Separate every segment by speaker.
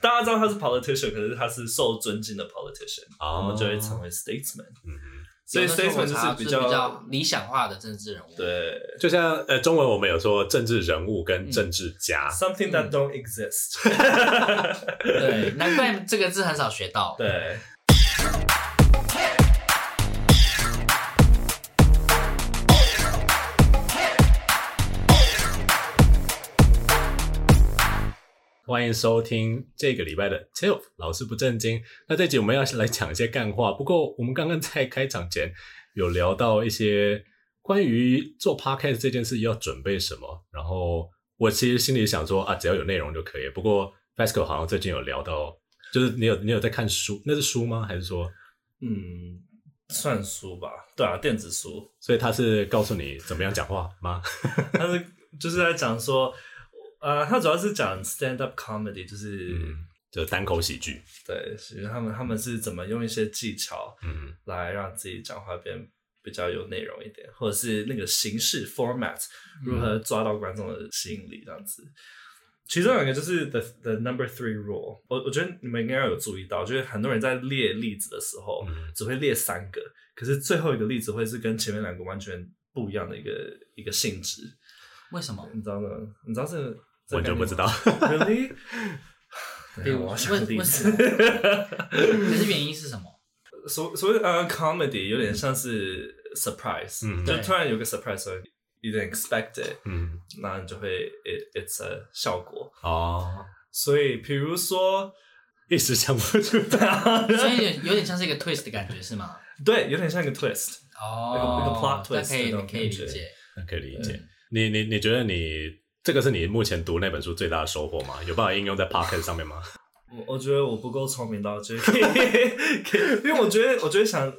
Speaker 1: 大家知道他是 politician，可是他是受尊敬的 politician，、
Speaker 2: 哦
Speaker 1: 我们就会成为 statesman。
Speaker 2: 嗯啊
Speaker 1: 所以
Speaker 3: 有的时
Speaker 1: statesman
Speaker 3: 候我
Speaker 1: 就
Speaker 3: 查
Speaker 1: 是
Speaker 3: 是
Speaker 1: 比
Speaker 3: 比
Speaker 1: 较
Speaker 3: 较理想化的政治人物。，
Speaker 1: 对
Speaker 2: 哼，就像呃，中文我们有说政治人物跟政治家，
Speaker 1: something that don't exist、
Speaker 3: 对，难怪这个字很少学到。
Speaker 1: 对，
Speaker 2: 欢迎收听这个礼拜的 TILF 老师不正经。那这集我们要来讲一些干话，不过我们刚刚在开场前有聊到一些关于做 podcast 这件事要准备什么，然后我其实心里想说啊，只要有内容就可以。不过 Pascal 好像最近有聊到，就是你有你有在看书，那是书吗？还是说，
Speaker 1: 嗯，算书吧，对啊，电子书，
Speaker 2: 所以他是告诉你怎么样讲话吗？
Speaker 1: 他是就是在讲说，呃，他主要是讲 stand up comedy，就是、
Speaker 2: 嗯，就是单口喜剧。
Speaker 1: 对，其实他们他们是怎么用一些技巧
Speaker 2: 嗯，
Speaker 1: 来让自己讲话变比较有内容一点，或者是那个形式 format 如何抓到观众的吸引力这样子。其中有一个就是 the the number three rule，我我觉得你们应该有注意到，就是很多人在列例子的时候
Speaker 2: 嗯
Speaker 1: 只会列三个，可是最后一个例子会是跟前面两个完全不一样的一个一个性质，
Speaker 3: 为什么？
Speaker 1: 你知道吗？你知道这个？这
Speaker 2: 我
Speaker 1: 个
Speaker 2: 就不知道。
Speaker 1: 概念吗 Really？
Speaker 3: 比
Speaker 1: 对，啊
Speaker 3: 如
Speaker 1: 我要
Speaker 3: 为
Speaker 1: 想例
Speaker 3: 为
Speaker 1: 子
Speaker 3: 什。 可是原因是什么？
Speaker 1: 所所谓呃 comedy 有点像是 surprise，、
Speaker 2: 嗯
Speaker 1: 就
Speaker 3: 对
Speaker 1: 突然有个 surprise，所以有点 expected，
Speaker 2: 嗯，
Speaker 1: 那你就会 it it's a 效果。
Speaker 2: 哦，
Speaker 1: 所以比如说，
Speaker 2: 一时想不出来。
Speaker 3: 所以有有点像是一个 twist 的感觉，是吗？
Speaker 1: 对，有点像一个 twist。
Speaker 3: 哦，
Speaker 1: 一个 plot
Speaker 3: 那
Speaker 1: twist
Speaker 3: 可以
Speaker 1: 那种
Speaker 3: 可以
Speaker 1: 感觉
Speaker 3: 理解。
Speaker 2: 那可以理解。你你你觉得你这个是你目前读那本书最大的收获吗？有办法应用在 Pocket 上面吗？
Speaker 1: 我我觉得我不够聪明到这个，可以可以因为我觉得我觉得想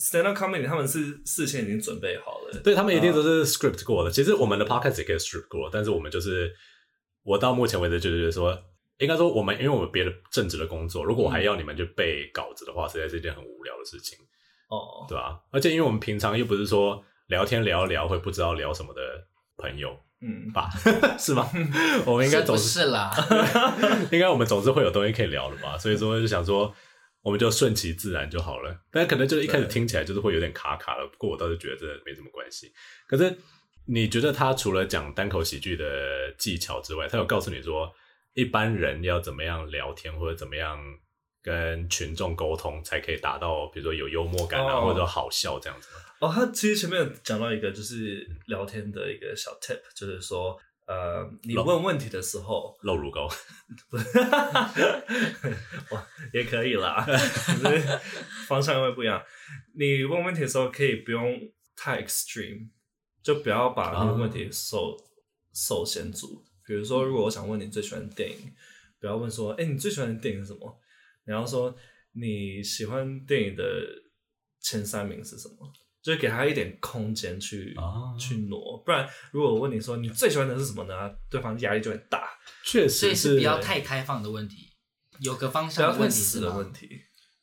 Speaker 1: stand up comedy 他们是事先已经准备好了。
Speaker 2: 对他们一定都是 script 过的。其实我们的 Pocket 也可以 script 过，但是我们就是我到目前为止就觉得说，应该说我们因为我们别的正职的工作，如果我还要你们去背稿子的话，实在是一件很无聊的事情，
Speaker 1: 哦，
Speaker 2: 对吧、而且因为我们平常又不是说聊天聊一聊会不知道聊什么的朋友
Speaker 1: 嗯，
Speaker 2: 吧，是吗？ 我们应该
Speaker 3: 是不
Speaker 2: 总是
Speaker 3: 是 啦，
Speaker 2: 应该我们总是会有东西可以聊的吧，所以说就想说，我们就顺其自然就好了。但可能就是一开始听起来就是会有点卡卡的，不过我倒是觉得真的没什么关系。可是你觉得他除了讲单口喜剧的技巧之外，他有告诉你说一般人要怎么样聊天或者怎么样跟群众沟通，才可以达到比如说有幽默感啊，
Speaker 1: 哦
Speaker 2: 或者说好笑这样子吗？
Speaker 1: 哦，他其实前面有讲到一个就是聊天的一个小 tip，就是说，呃，你问问题的时候，
Speaker 2: 露乳沟，
Speaker 1: 哇，也可以啦，只是方向会不一样。你问问题的时候可以不用太 extreme，就不要把那个问题受、
Speaker 3: 哦
Speaker 1: 受限住。比如说，如果我想问你最喜欢的电影，不要问说，哎、你最喜欢的电影是什么？你要说你喜欢电影的前三名是什么？就是给他一点空间去、
Speaker 2: 哦
Speaker 1: 去挪，不然如果我问你说你最喜欢的是什么呢？啊对方压力就很大，
Speaker 2: 确
Speaker 3: 所
Speaker 2: 实
Speaker 3: 以是不要太开放的问题，有个方
Speaker 1: 不
Speaker 3: 向
Speaker 1: 要
Speaker 3: 的
Speaker 1: 太
Speaker 3: 问题
Speaker 1: 死
Speaker 3: 是
Speaker 1: 的
Speaker 3: 吗？
Speaker 1: 问题。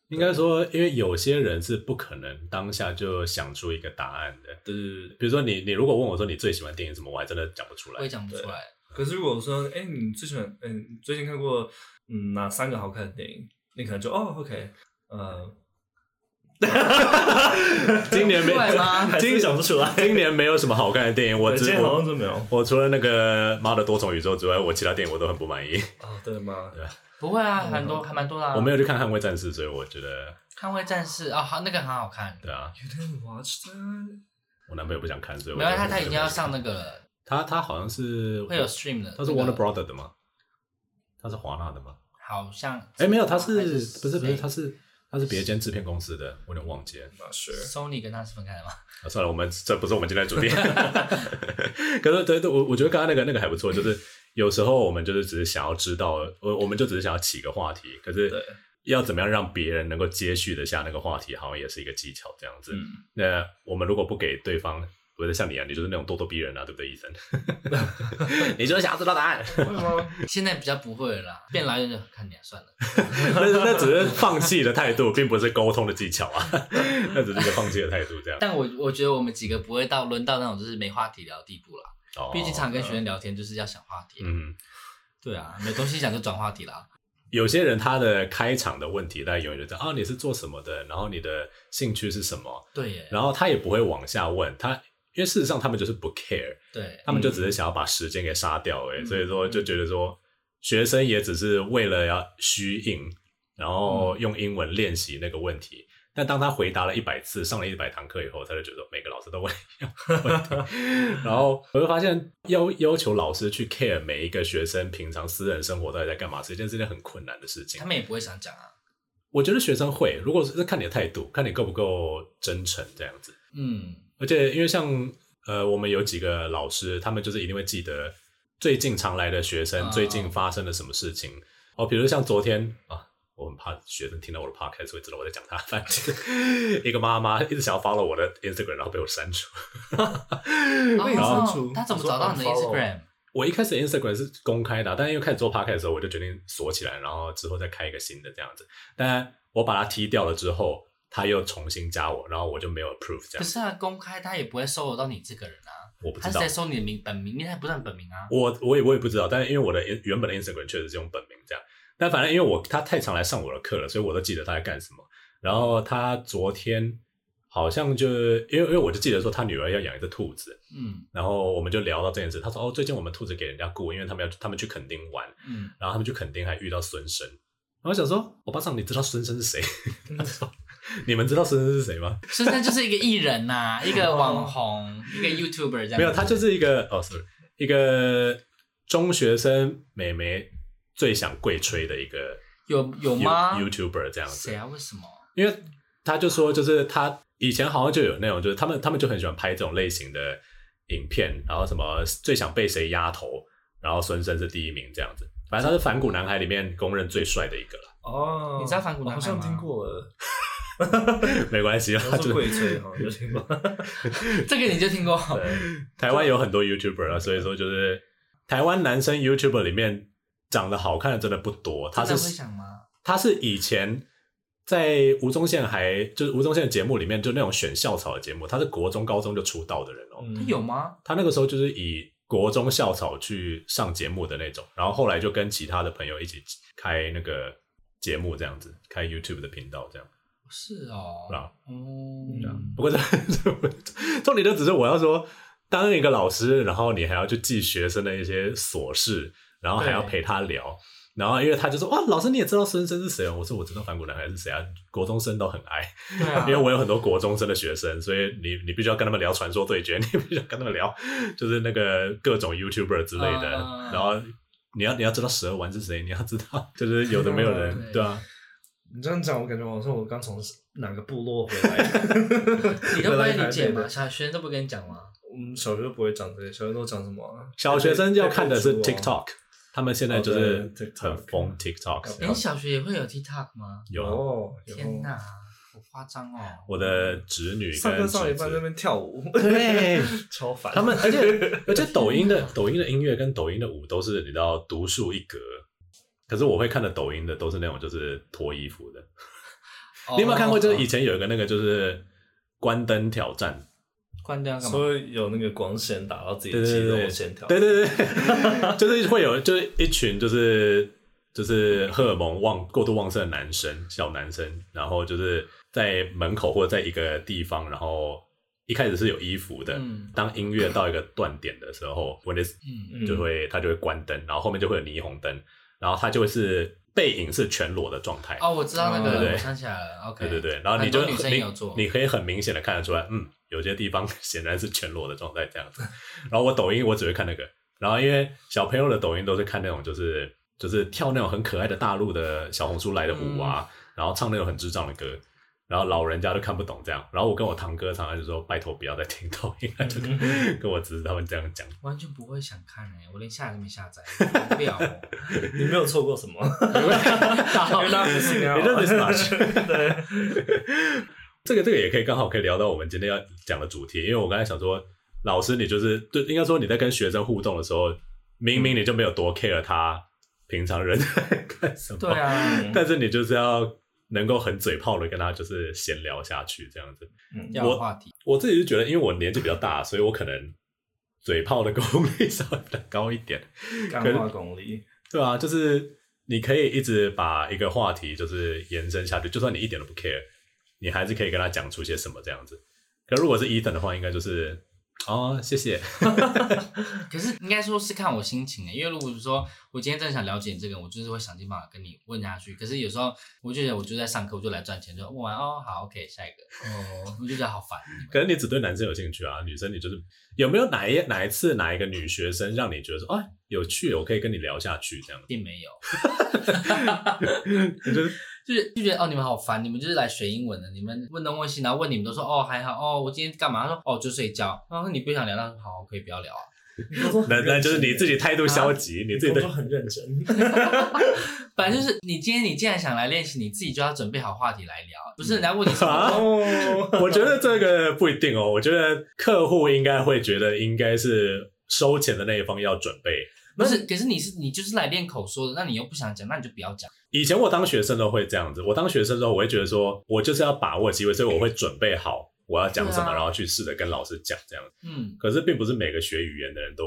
Speaker 2: 应该说，因为有些人是不可能当下就想出一个答案的。
Speaker 1: 对对对。
Speaker 2: 比如说你，你如果问我说你最喜欢电影什么，我还真的讲不出
Speaker 3: 我也
Speaker 2: 来。
Speaker 3: 讲不出来。
Speaker 1: 可是如果说，哎、你最喜欢，嗯、你最近看过嗯哪三个好看的电影？你可能就哦，OK，呃，
Speaker 2: 今年没
Speaker 3: 出来吗
Speaker 1: 还
Speaker 2: 今
Speaker 1: 是想不出来
Speaker 2: 今年没有什么好看的电影，我
Speaker 1: 对今
Speaker 2: 只
Speaker 1: 天好像
Speaker 2: 我
Speaker 1: 就没有。
Speaker 2: 我除了那个《妈的多重宇宙》之外，我其他电影我都很不满意。
Speaker 1: 哦，对吗？
Speaker 3: 不会啊，很多还蛮多的啊。
Speaker 2: 我没有去看《捍卫战士》，所以我觉得，
Speaker 3: 捍卫战士啊，好，那个很好看。
Speaker 2: 对啊，
Speaker 1: You didn't watch that？
Speaker 2: 我男朋友不想看，所以我
Speaker 3: 没有，他
Speaker 2: 就
Speaker 3: 他已经要上那个了，
Speaker 2: 他他好像是
Speaker 3: 会有 stream 的。
Speaker 2: 他是
Speaker 3: 那
Speaker 2: Warner
Speaker 3: 个
Speaker 2: Brother 的吗？他是华纳的吗？
Speaker 3: 好像
Speaker 2: 哎，没有，他
Speaker 3: 还
Speaker 2: 是不是不是
Speaker 3: 谁
Speaker 2: 他是他是别间制片公司的，我有点忘记了。
Speaker 1: Not sure。
Speaker 3: Sony 跟他是分开的吗？
Speaker 2: 啊，算了，我们这不是我们今天的主题。 可是，对对，我我觉得刚刚那个那个还不错，就是有时候我们就是只是想要知道，我我们就只是想要起个话题，可是
Speaker 1: 对
Speaker 2: 要怎么样让别人能够接续得下那个话题，好像也是一个技巧这样子。
Speaker 1: 嗯
Speaker 2: 那我们如果不给对方，我觉得像你啊，你就是那种咄咄逼人啊，对不对，医生？ 你就是想要知道答案，
Speaker 3: 现在比较不会了啦，变来人就看你啊算了。
Speaker 2: 那那只是放弃的态度，并不是沟通的技巧啊， 那只是一个放弃的态度这样。
Speaker 3: 但我我觉得我们几个不会到轮到那种就是没话题聊的地步啦。
Speaker 2: 哦
Speaker 3: 毕竟常跟学生聊天就是要想话题。啊
Speaker 2: 嗯。
Speaker 3: 对啊，没东西讲就转话题啦。
Speaker 2: 有些人他的开场的问题，大家永远就这样啊，你是做什么的？然后你的兴趣是什么？
Speaker 3: 对耶，
Speaker 2: 然后他也不会往下问他，因为事实上他们就是不 care，
Speaker 3: 对，
Speaker 2: 他们就只是想要把时间给杀掉
Speaker 3: 嗯
Speaker 2: 而已，所以说就觉得说学生也只是为了要虚应，然后
Speaker 3: 嗯
Speaker 2: 用英文练习那个问题。但当他回答了一百次，上了一百堂课以后，他就觉得每个老师都 问一样的问题，然后我就发现要要求老师去 care 每一个学生平常私人生活到底在干嘛，是一件是一件很困难的事情
Speaker 3: 他。们也不会想讲啊。
Speaker 2: 我觉得学生会，如果是看你的态度，看你够不够真诚这样子。
Speaker 3: 嗯，
Speaker 2: 而且因为像呃，我们有几个老师，他们就是一定会记得最近常来的学生、
Speaker 3: 啊
Speaker 2: 最近发生了什么事情哦，比如像昨天啊。我很怕学生听到我的 podcast 会知道我在讲他， 反正一个妈 妈一直想要 follow 我的 Instagram，然后被我删除。
Speaker 1: 被你
Speaker 2: 然
Speaker 1: 删
Speaker 2: 后
Speaker 1: 除，
Speaker 3: 啊他怎么
Speaker 1: 你说
Speaker 3: 找到你的
Speaker 1: unfollow
Speaker 3: Instagram？
Speaker 2: 我一开始 Instagram 是公开的啊、但是因为开始做 podcast 的时候，我就决定锁起来，然后之后再开一个新的这样子。但我把它踢掉了之后，他又重新加我，然后我就没有 approve 这样。
Speaker 3: 可是啊，公开他也不会搜得到你这个人啊，
Speaker 2: 我不
Speaker 3: 他
Speaker 2: 知
Speaker 3: 是
Speaker 2: 道
Speaker 3: 在，搜你的名本名，因为他不算本名啊。
Speaker 2: 我我也我也不知道，但是因为我的原本的 Instagram 确实是用本名这样，但反正因为我他太常来上我的课了，所以我都记得他在干什么。然后他昨天好像就因为因为我就记得说他女儿要养一只兔子，
Speaker 3: 嗯
Speaker 2: 然后我们就聊到这件事，他说哦最近我们兔子给人家雇，因为他们要他们去垦丁玩，
Speaker 3: 嗯，
Speaker 2: 然后他们去垦丁还遇到孙生，然后我想说我巴上你知道孙生是谁？ 他说你们知道孙生是谁吗？
Speaker 3: 孙生就是一个艺人呐，一个网红，一个 YouTuber 这样子。
Speaker 2: 没有，他就是一个哦，sorry，一个中学生美眉最想跪吹的一个
Speaker 3: 有有
Speaker 2: You-
Speaker 3: 吗？
Speaker 2: YouTuber 这样
Speaker 3: 谁
Speaker 2: 子，
Speaker 3: 啊？为什么？
Speaker 2: 因为他就说，就是他以前好像就有那种，就是他们他们就很喜欢拍这种类型的影片，然后什么最想被谁压头，然后孙生是第一名这样子。反正他是反骨男孩里面公认最帅的一个了，
Speaker 1: 哦，
Speaker 2: 嗯
Speaker 3: 你知道反骨男孩
Speaker 1: 好像
Speaker 3: 吗
Speaker 1: 听过了，
Speaker 2: 没关系啦，
Speaker 1: 他
Speaker 2: 就是
Speaker 1: 鬼吹哈，有听过。
Speaker 3: 这个你就听 过？
Speaker 1: 对，
Speaker 2: 台湾有很多 YouTuber 啊，所以说就是台湾男生 YouTuber 里面长得好看的真的不多，他
Speaker 3: 真的会
Speaker 2: 是
Speaker 3: 想吗？
Speaker 2: 他是以前在吴宗宪还就是吴宗宪的节目里面就那种选校草的节目，他是国中高中就出道的人哦、
Speaker 3: 他有吗？
Speaker 2: 他那个时候就是以国中校草去上节目的那种，然后后来就跟其他的朋友一起开那个节目，这样子开 YouTube 的频道这样。
Speaker 3: 是哦
Speaker 2: 对啊，
Speaker 3: 哦，
Speaker 1: 嗯
Speaker 2: 不过这 重点就只是我要说，当一个老师，然后你还要去记学生的一些琐事，然后还要
Speaker 3: 对
Speaker 2: 陪他聊。然后，因为他就说：“哇，老师你也知道孙生是谁哦？”我说：“我知道反骨男孩是谁啊，国中生都很爱。”
Speaker 3: 对啊
Speaker 2: 因为，我有很多国中生的学生，所以你你必须要跟他们聊传说对决， 你必须要跟他们聊就是那个各种 YouTuber 之类的，
Speaker 3: 啊
Speaker 2: 然后你要你要知道蛇丸是谁，你要知道 就是有的没有人，
Speaker 3: 对
Speaker 2: 对啊，
Speaker 1: 你这样讲，我感觉好像我刚从哪个部落回来。
Speaker 3: 你都
Speaker 1: 回
Speaker 3: 不会
Speaker 1: 来台
Speaker 3: 理解
Speaker 1: 北
Speaker 3: 吗？
Speaker 1: 的
Speaker 3: 小学生都不跟你讲吗？
Speaker 1: 我们小学不会讲这些，小学都讲什么啊？
Speaker 2: 小学生要看的是
Speaker 1: 被被捕啊
Speaker 2: TikTok，他们现在就
Speaker 1: 哦
Speaker 2: 是
Speaker 1: 对，TikTok
Speaker 2: 很疯 TikTok，
Speaker 1: 哎
Speaker 2: 这
Speaker 3: 你
Speaker 2: 样
Speaker 3: 小学也会有 TikTok
Speaker 2: 啊
Speaker 3: 吗？
Speaker 2: 有
Speaker 1: 哦，有
Speaker 3: 天哪，好夸张哦！
Speaker 2: 我的侄女
Speaker 1: 上
Speaker 2: 跟
Speaker 1: 课上一
Speaker 2: 侄
Speaker 1: 半在那
Speaker 2: 子，
Speaker 1: 边跳舞，
Speaker 2: 对，
Speaker 1: 超烦。
Speaker 2: 他们 而且而且抖音的抖音的音乐跟抖音的舞都是你知道独树一格。可是我会看的抖音的都是那种就是脱衣服的，
Speaker 1: 哦
Speaker 3: 哦
Speaker 2: 你有没有看过？就是以前有一个那个就是关灯挑战，
Speaker 3: 关掉干嘛？
Speaker 1: 所以有那个光线打到自己
Speaker 2: 对对
Speaker 1: 肌
Speaker 2: 对
Speaker 1: 肉
Speaker 2: 对
Speaker 1: 线条，
Speaker 2: 对对对，就是会有就是一群就是就是荷尔蒙旺过度旺盛的男生小男生，然后就是在门口或者在一个地方，然后一开始是有衣服的，
Speaker 3: 嗯
Speaker 2: 当音乐到一个断点的时候，when it's
Speaker 3: 嗯，
Speaker 1: 嗯
Speaker 2: 就会他就会关灯，然后后面就会有霓虹灯，然后他就会是背影是全裸的状态。
Speaker 3: 哦，我知道那
Speaker 1: 哦对
Speaker 3: 个，
Speaker 2: 啊对
Speaker 3: 我想起来了。OK，
Speaker 2: 对对对，然后你
Speaker 3: 很
Speaker 2: 就
Speaker 3: 多女生也有做，
Speaker 2: 你，你可以很明显的看得出来，嗯，有些地方 显然是全裸的状态这样子。然后我抖音我只会看那个，然后因为小朋友的抖音都是看那种就是就是跳那种很可爱的大陆的小红书来的舞啊，
Speaker 3: 嗯
Speaker 2: 然后唱那种很智障的歌。然后老人家都看不懂这样，然后我跟我堂哥常常就说：“拜托不要再听抖音了。”就
Speaker 3: 嗯
Speaker 2: 跟跟我侄子他们这样讲。
Speaker 3: 完全不会想看哎，我连下载都没下 载，好无聊哦。
Speaker 1: 你没有错过什么，
Speaker 3: 好
Speaker 1: 因为大家不信 啊，
Speaker 2: It doesn't match
Speaker 1: 对，
Speaker 2: 这个这个也可以刚好可以聊到我们今天要讲的主题，因为我刚才想说，老师你就是对，应该说你在跟学生互动的时候，明
Speaker 3: 嗯
Speaker 2: 明你就没有多 care 他平常人在干什么，
Speaker 3: 对，啊，
Speaker 2: 但是你就是要能够很嘴炮的跟他就是闲聊下去这样子。
Speaker 1: 嗯
Speaker 3: 要有话题。
Speaker 2: 我自己是觉得，因为我年纪比较大，所以我可能嘴炮的功力稍微比较高一点，
Speaker 1: 干化功力，
Speaker 2: 对啊，就是你可以一直把一个话题就是延伸下去，就算你一点都不 care，你还是可以跟他讲出些什么这样子。可如果是 Ethan 的话，应该就是哦，谢谢，
Speaker 3: 可是应该说是看我心情的，欸因为如果说我今天真的想了解你这个人，我就是会想尽办法跟你问下去。可是有时候我就觉得我就在上课，我就来赚钱，就问完哦好，OK，下一个，
Speaker 1: 哦，
Speaker 3: 我就觉得好烦。
Speaker 2: 可是你只对男生有兴趣啊，女生你就是有没有哪一哪一次哪一个女学生让你觉得说啊有趣，我可以跟你聊下去这样？
Speaker 3: 并没有，
Speaker 2: 就是
Speaker 3: 就是就觉得哦，你们好烦，你们就是来学英文的，你们问东问西，然后问你们都说哦还好，哦我今天干嘛？他说哦就睡觉，然后说你不想聊，那好可以不要聊啊。
Speaker 2: 那那就是你自己态度消极，你自
Speaker 1: 工
Speaker 2: 己 对
Speaker 1: 作很认真，
Speaker 3: 本来就是你今天你既然想来练习，你自己就要准备好话题来聊，不是人家问你什么。
Speaker 2: 啊
Speaker 1: 哦，
Speaker 2: 我觉得这个不一定哦，我觉得客户应该会觉得应该是收钱的那一方要准备。
Speaker 3: 不是，可是你是你就是来练口说的，那你又不想讲，那你就不要讲。
Speaker 2: 以前我当学生都会这样子，我当学生之后，我会觉得说我就是要把握机会，所以我会准备好我要讲什么，
Speaker 3: 对啊
Speaker 2: 然后去试着跟老师讲这样。
Speaker 3: 嗯，
Speaker 2: 可是并不是每个学语言的人都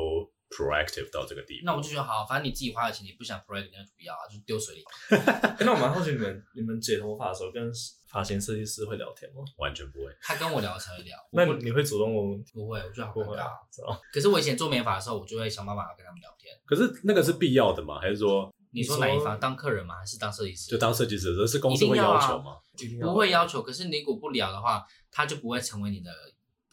Speaker 2: proactive 到这个地步。
Speaker 3: 那我就觉得好，反正你自己花的钱，你不想 p r a y 那就不要啊，就丢水里。
Speaker 1: 欸那我蛮好奇你们你们剪头发的时候跟发型设计师会聊天吗？
Speaker 2: 完全不会。
Speaker 3: 他跟我聊才会聊，
Speaker 1: 那
Speaker 3: 我不
Speaker 1: 你会主动问问题？
Speaker 3: 不会，我觉得好
Speaker 1: 不
Speaker 3: 尴
Speaker 1: 会
Speaker 3: 尬。
Speaker 1: 啊，知道
Speaker 3: 可是我以前做美发的时候，我就会想办法跟他们聊天。
Speaker 2: 可是那个是必要的吗？还是说
Speaker 3: 你说
Speaker 1: 你说
Speaker 3: 哪一方当客人吗？还是当设计师？
Speaker 2: 就当设计师的时候是公
Speaker 3: 一
Speaker 2: 司
Speaker 3: 定
Speaker 2: 会
Speaker 3: 要
Speaker 2: 要
Speaker 3: 啊
Speaker 2: 求吗？
Speaker 1: 一定要
Speaker 3: 不会要求，可是你如果不聊的话，他就不会成为你的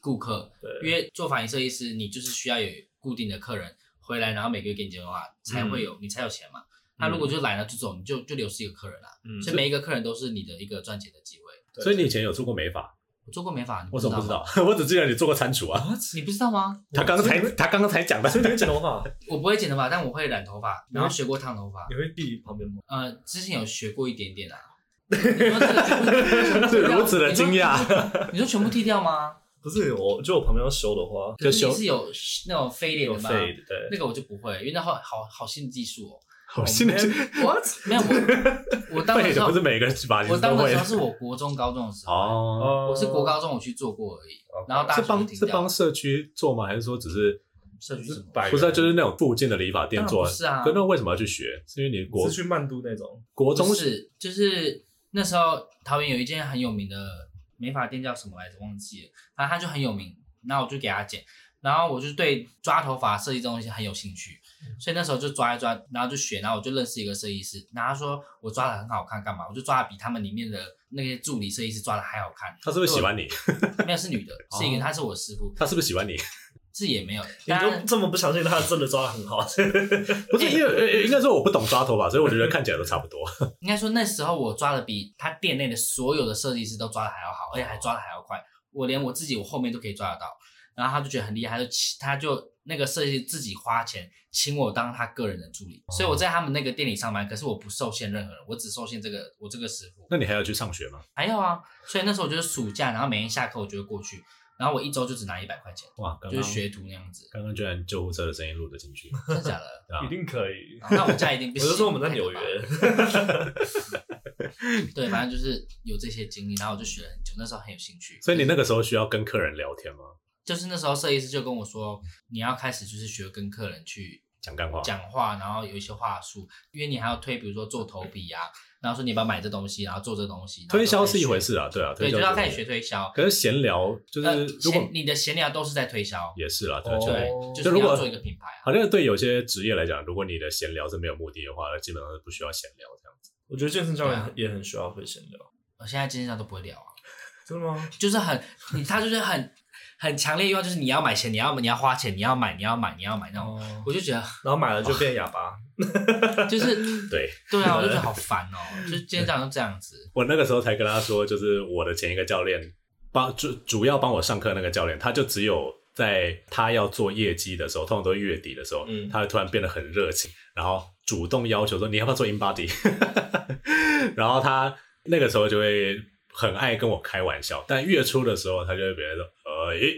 Speaker 3: 顾客。因
Speaker 1: 对，
Speaker 3: 为做发型设计师，你就是需要有固定的客人回来，然后每个月给你接电话，才
Speaker 2: 嗯
Speaker 3: 会有、你才有钱嘛。他如果就来了就走，你就就流失一个客人啦、
Speaker 1: 嗯
Speaker 3: 所以每一个客人都是你的一个赚钱的机会。
Speaker 1: 对
Speaker 2: 所以你以前有做过美发？
Speaker 3: 我做过美发，你
Speaker 2: 我怎么不知
Speaker 3: 知道
Speaker 2: 道
Speaker 3: 吗？？
Speaker 2: 我只记得你做过餐厨啊。
Speaker 3: 你不知道吗？
Speaker 2: 他刚才
Speaker 1: 所以你会
Speaker 2: 他刚刚才讲 的，
Speaker 1: 所以你会剪头发，
Speaker 3: 我不会剪头发，但我会染头
Speaker 2: 嗯
Speaker 3: 发，然后学过烫头发
Speaker 1: 你。会避旁边吗？
Speaker 3: 呃，之前有学过一点 点啊。你说这个
Speaker 2: 是如此的惊讶
Speaker 3: 你说。你说全部剃掉吗？
Speaker 1: 不是，我就我旁边要修的话，
Speaker 3: 可是
Speaker 2: 修
Speaker 3: 你是有那种飞脸
Speaker 1: 有
Speaker 3: 的吗？
Speaker 1: 废的，
Speaker 3: 那
Speaker 1: 对，
Speaker 3: 个我就不会，因为那好好好新的技术哦。
Speaker 2: 好新的，
Speaker 1: 我
Speaker 3: 没有我，我当的
Speaker 2: 背
Speaker 3: 时
Speaker 2: 的
Speaker 3: 候
Speaker 2: 不是每个发型
Speaker 3: 我
Speaker 2: 师
Speaker 3: 当
Speaker 2: 都
Speaker 3: 的
Speaker 2: 会
Speaker 3: 时候。是我国中高中的时候，
Speaker 2: 哦，
Speaker 3: 我是国高中我去做过而已，然后大
Speaker 2: 是
Speaker 3: 家
Speaker 2: 帮是帮社区做吗？还是说只是
Speaker 3: 社区什么？
Speaker 1: 白人
Speaker 2: 不是啊就是那种附近的理发店做？
Speaker 3: 当然不是啊
Speaker 2: 可那为什么要去学？是因为你国
Speaker 1: 是去曼都那种，
Speaker 2: 国中
Speaker 3: 不是，就是那时候桃园有一间很有名的美发店叫什么来着，忘记了，反正它就很有名。然后我就给他剪，然后我就对抓头发设计这种东西很有兴趣，
Speaker 2: 嗯
Speaker 3: 所以那时候就抓一抓，然后就学，然后我就认识一个设计师，然后他说我抓的很好看，干嘛？我就抓的比他们里面的那些助理设计师抓的还好看。
Speaker 2: 他是不是喜欢你？
Speaker 3: 没有是女的，是一个，她是我师傅，
Speaker 2: 他是不是喜欢 你？
Speaker 3: 是也没有，
Speaker 1: 你
Speaker 3: 当
Speaker 1: 就
Speaker 3: 然
Speaker 1: 这么不相信他真的抓的很 好？
Speaker 2: 不是，因为呃应该说我不懂抓头发，所以我觉得看起来都差不 多。
Speaker 3: 应该说那时候我抓的比他店内的所有的设计师都抓的还要好，而且还抓的还要快。我连我自己我后面都可以抓得到，然后他就觉得很厉害，他就请他就那个设计师自己花钱请我当他个人的助理，所以我在他们那个店里上班，可是我不受限任何人，我只受限这个我这个师傅。
Speaker 2: 那你还要去上学吗？
Speaker 3: 还有啊，所以那时候我就是暑假，然后每天下课我就会过去，然后我一周就只拿一百块钱，
Speaker 2: 哇，刚
Speaker 3: 就
Speaker 2: 刚
Speaker 3: 是学徒那样子，
Speaker 2: 刚刚居然救护车的声音录得进去，
Speaker 3: 真的假的？
Speaker 2: 对吧
Speaker 1: 一？定可以。
Speaker 3: 哦那我家一定 不
Speaker 1: 我
Speaker 3: 行。
Speaker 1: 就说我们在
Speaker 3: 太可
Speaker 1: 纽
Speaker 3: 怕
Speaker 1: 约
Speaker 3: 了， 对，反 正就是有这些经历，然后我就学了很久，那时候很有兴趣。
Speaker 2: 所以你那个时候需要跟客人聊天吗？
Speaker 3: 就是那时候设计师就跟我说，你要开始就是学跟客人去
Speaker 2: 讲干话，
Speaker 3: 讲话，然后有一些话术，因为你还要推，比如说做头皮啊，然后说你要不要买这东西，然后做这东西。然后
Speaker 2: 推销
Speaker 3: 就开始
Speaker 2: 是一回
Speaker 3: 学，
Speaker 2: 事啊，对啊，
Speaker 3: 对，
Speaker 2: 推销
Speaker 3: 就是要
Speaker 2: 一
Speaker 3: 开
Speaker 2: 回
Speaker 3: 始学
Speaker 2: 事。
Speaker 3: 推销。
Speaker 2: 可是闲聊就
Speaker 3: 呃，
Speaker 2: 是如果
Speaker 3: 闲你的闲聊都是在推销，
Speaker 2: 也是啦，对
Speaker 1: 哦
Speaker 2: 就
Speaker 3: 对，就是
Speaker 2: 就如
Speaker 3: 你
Speaker 2: 果
Speaker 3: 要做一个品牌啊。
Speaker 2: 好像对有些职业来讲，如果你的闲聊是没有目的的话，那基本上是不需要闲聊这样子。
Speaker 1: 我觉得健身教
Speaker 3: 对啊
Speaker 1: 练也很需要会闲聊，
Speaker 3: 我现在今天上都不会聊啊，
Speaker 1: 真的吗？
Speaker 3: 就是很你他就是很很强烈欲望，就是你要买钱，你要你要花钱，你要买，你要买，你要买那种，
Speaker 1: 哦，
Speaker 3: 我就觉得
Speaker 1: 然后买了就变哑巴，
Speaker 3: 就是
Speaker 2: 对
Speaker 3: 对啊，我就觉得好烦哦、就是今天早上这样子，
Speaker 2: 我那个时候才跟他说，就是我的前一个教练帮主主要帮我上课那个教练，他就只有在他要做业绩的时候，通常都是月底的时候，
Speaker 1: 嗯
Speaker 2: 他会突然变得很热情，然后主动要求说你要不要做 in body，然后他那个时候就会很爱跟我开玩笑，但月初的时候他就会别人说呃一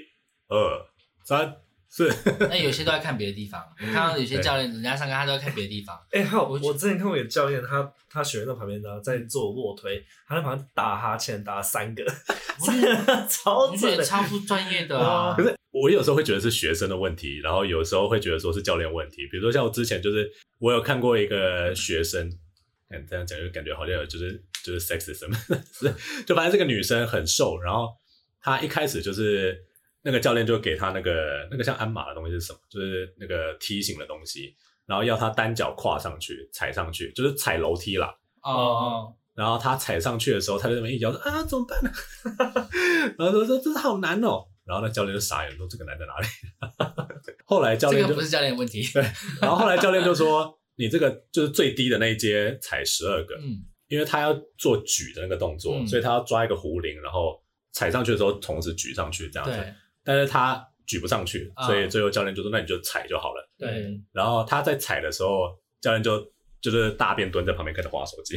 Speaker 2: 二三四，
Speaker 3: 那有些都在看别的地方，我看到有些教练人家上课他都在看别的地 方，
Speaker 1: 哎，还有
Speaker 3: 我
Speaker 1: 我之前看过一个教练，他他学生在旁边呢，在做卧推，他在旁边打哈欠打三个，
Speaker 3: 我就觉 得
Speaker 1: 超
Speaker 3: 我就觉
Speaker 1: 准
Speaker 3: 得
Speaker 1: 的。
Speaker 3: 超不专业 的啊
Speaker 2: 可。是我有时候会觉得是学生的问题，然后有时候会觉得说是教练问题。比如说像我之前就是我有看过一个学生，看这样讲就感觉好像有就是就是 sexism，就反正这个女生很瘦，然后她一开始就是那个教练就给她那个那个像鞍马的东西是什么，就是那个梯形的东西，然后要她单脚跨上去踩上去，就是踩楼梯啦。
Speaker 3: 哦哦，
Speaker 2: 然后他踩上去的时候，他就那么一摇说啊，怎么办呢、 然后他说这是好难哦。然后那教练就傻眼说这个难在哪里？ 后来教
Speaker 3: 这
Speaker 2: 练
Speaker 3: 个
Speaker 2: 就
Speaker 3: 不，是教练的问题。
Speaker 2: 然后后来教练就说你这个就是最低的那一阶踩十二个，
Speaker 3: 嗯，
Speaker 2: 因为他要做举的那个动作，
Speaker 3: 嗯
Speaker 2: 所以他要抓一个壶铃，然后踩上去的时候同时举上去这样子。
Speaker 3: 对
Speaker 2: 但是他举不上去，
Speaker 3: 啊
Speaker 2: 所以最后教练就说那你就踩就好了。
Speaker 3: 对，
Speaker 2: 然后他在踩的时候，教练就就是大便蹲在旁边开始划手机，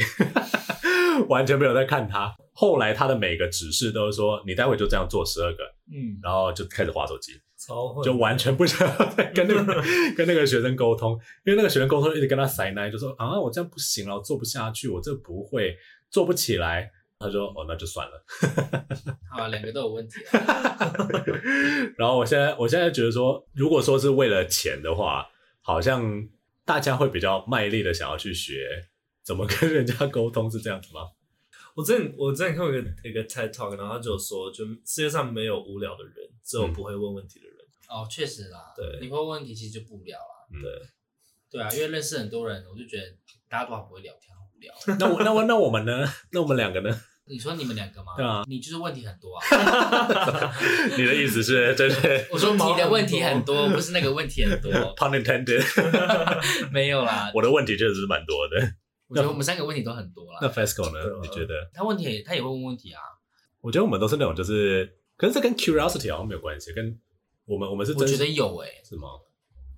Speaker 2: 完全没有在看他。后来他的每个指示都是说，你待会就这样做十二个，
Speaker 3: 嗯，
Speaker 2: 然后就开始划手机，
Speaker 1: 超会
Speaker 2: 就完全不想要再跟那个跟那个学生沟通，因为那个学生沟通一直跟他塞奶，就说啊我这样不行了，我做不下去，我这不会，做不起来。他说哦那就算了。
Speaker 3: 好，两个都有问题啊。
Speaker 2: 然后我现在我现在觉得说，如果说是为了钱的话，好像大家会比较卖力的想要去学怎么跟人家沟通，是这样子吗？
Speaker 1: 我之前我之前看过一个一个 TED Talk，然后他就说，就世界上没有无聊的人，只有
Speaker 2: 嗯
Speaker 1: 不会问问题的人。
Speaker 3: 哦，确实啦，
Speaker 1: 对
Speaker 3: 你会问问题其实就不无聊啦。
Speaker 2: 嗯
Speaker 1: 对，
Speaker 3: 对啊，因为认识很多人，我就觉得大家都好不会聊天，好无聊。
Speaker 2: 那我那我那我们呢？那我们两个呢？
Speaker 3: 你说你们两个吗？
Speaker 2: 对啊，
Speaker 3: 你就是问题很多啊。
Speaker 2: 你的意思是， 真是
Speaker 3: 我说你的问题很多，不是那个问题很 多，
Speaker 2: pun intended？
Speaker 3: 没有啦。
Speaker 2: 我的问题确实是蛮多的。
Speaker 3: 我觉得我们三个问题都很多
Speaker 2: 那
Speaker 3: 啦。
Speaker 2: Fasco 呢
Speaker 1: 对啊？
Speaker 2: 你觉得？
Speaker 3: 他问题也他也会问问题啊，
Speaker 2: 我觉得我们都是那种，就是，可是这跟 curiosity 好像没有关系，跟我们我们是
Speaker 3: 我
Speaker 2: 真
Speaker 3: 觉得有诶、
Speaker 2: 是吗？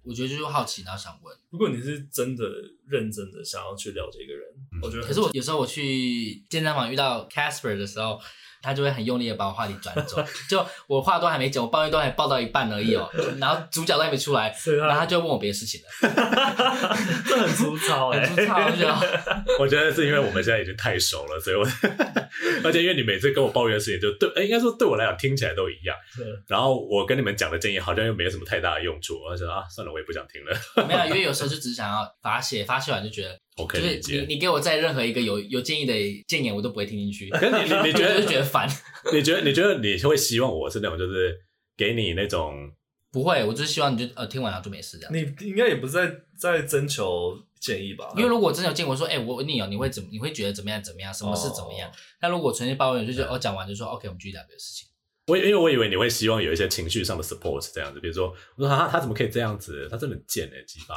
Speaker 3: 我觉得就是好奇，然后想问。
Speaker 1: 如果你是真的认真的想要去了解一个人，
Speaker 2: 嗯
Speaker 1: 我觉得很
Speaker 3: 可是我有时候我去健身房遇到 Casper 的时候，他就会很用力的把我话题转走，就我话都还没讲，我抱怨都还抱到一半而已哦，然后主角都还没出 来，
Speaker 1: 所以
Speaker 2: 啊
Speaker 3: 然后他
Speaker 1: 他
Speaker 3: 就问我别的事情了，
Speaker 1: 啊这很粗糙哎、
Speaker 3: 很粗糙，我就觉得
Speaker 2: 我觉得是因为我们现在已经太熟了，所以我， 而且因为你每次跟我抱怨的事情，就对，哎应该说对我来讲听起来都一样。
Speaker 1: 对
Speaker 2: 然后我跟你们讲的建议好像又没有什么太大的用处，我就想啊，算了，我也不想听 了。
Speaker 3: 没有，因为有时候就只是想要发泄，发泄完就觉得，
Speaker 2: 我可
Speaker 3: 就
Speaker 2: 以理
Speaker 3: 是
Speaker 2: 解
Speaker 3: 你。你给我在任何一个有有建议的建言，我都不会听进去，
Speaker 2: 可是你你你觉
Speaker 3: 我就觉
Speaker 2: 得
Speaker 3: 得烦。
Speaker 2: 你觉得你觉得你会希望我是那种就是给你那种
Speaker 3: 不会，我就是希望你就呃听完了就没事这样。
Speaker 1: 你应该也不是在在征求建议吧？
Speaker 3: 因为如果真的有见过说，哎、我问你哦，你会怎么？你会觉得怎么样？怎么样？什么
Speaker 1: 哦
Speaker 3: 是怎么样？那如果纯粹抱怨，就是哦，讲完就说 OK，我们继续聊别的事情。
Speaker 2: 我因为我以为你会希望有一些情绪上的 support 这样子，比如说我说啊他怎么可以这样子，他真的很贱哎、鸡巴，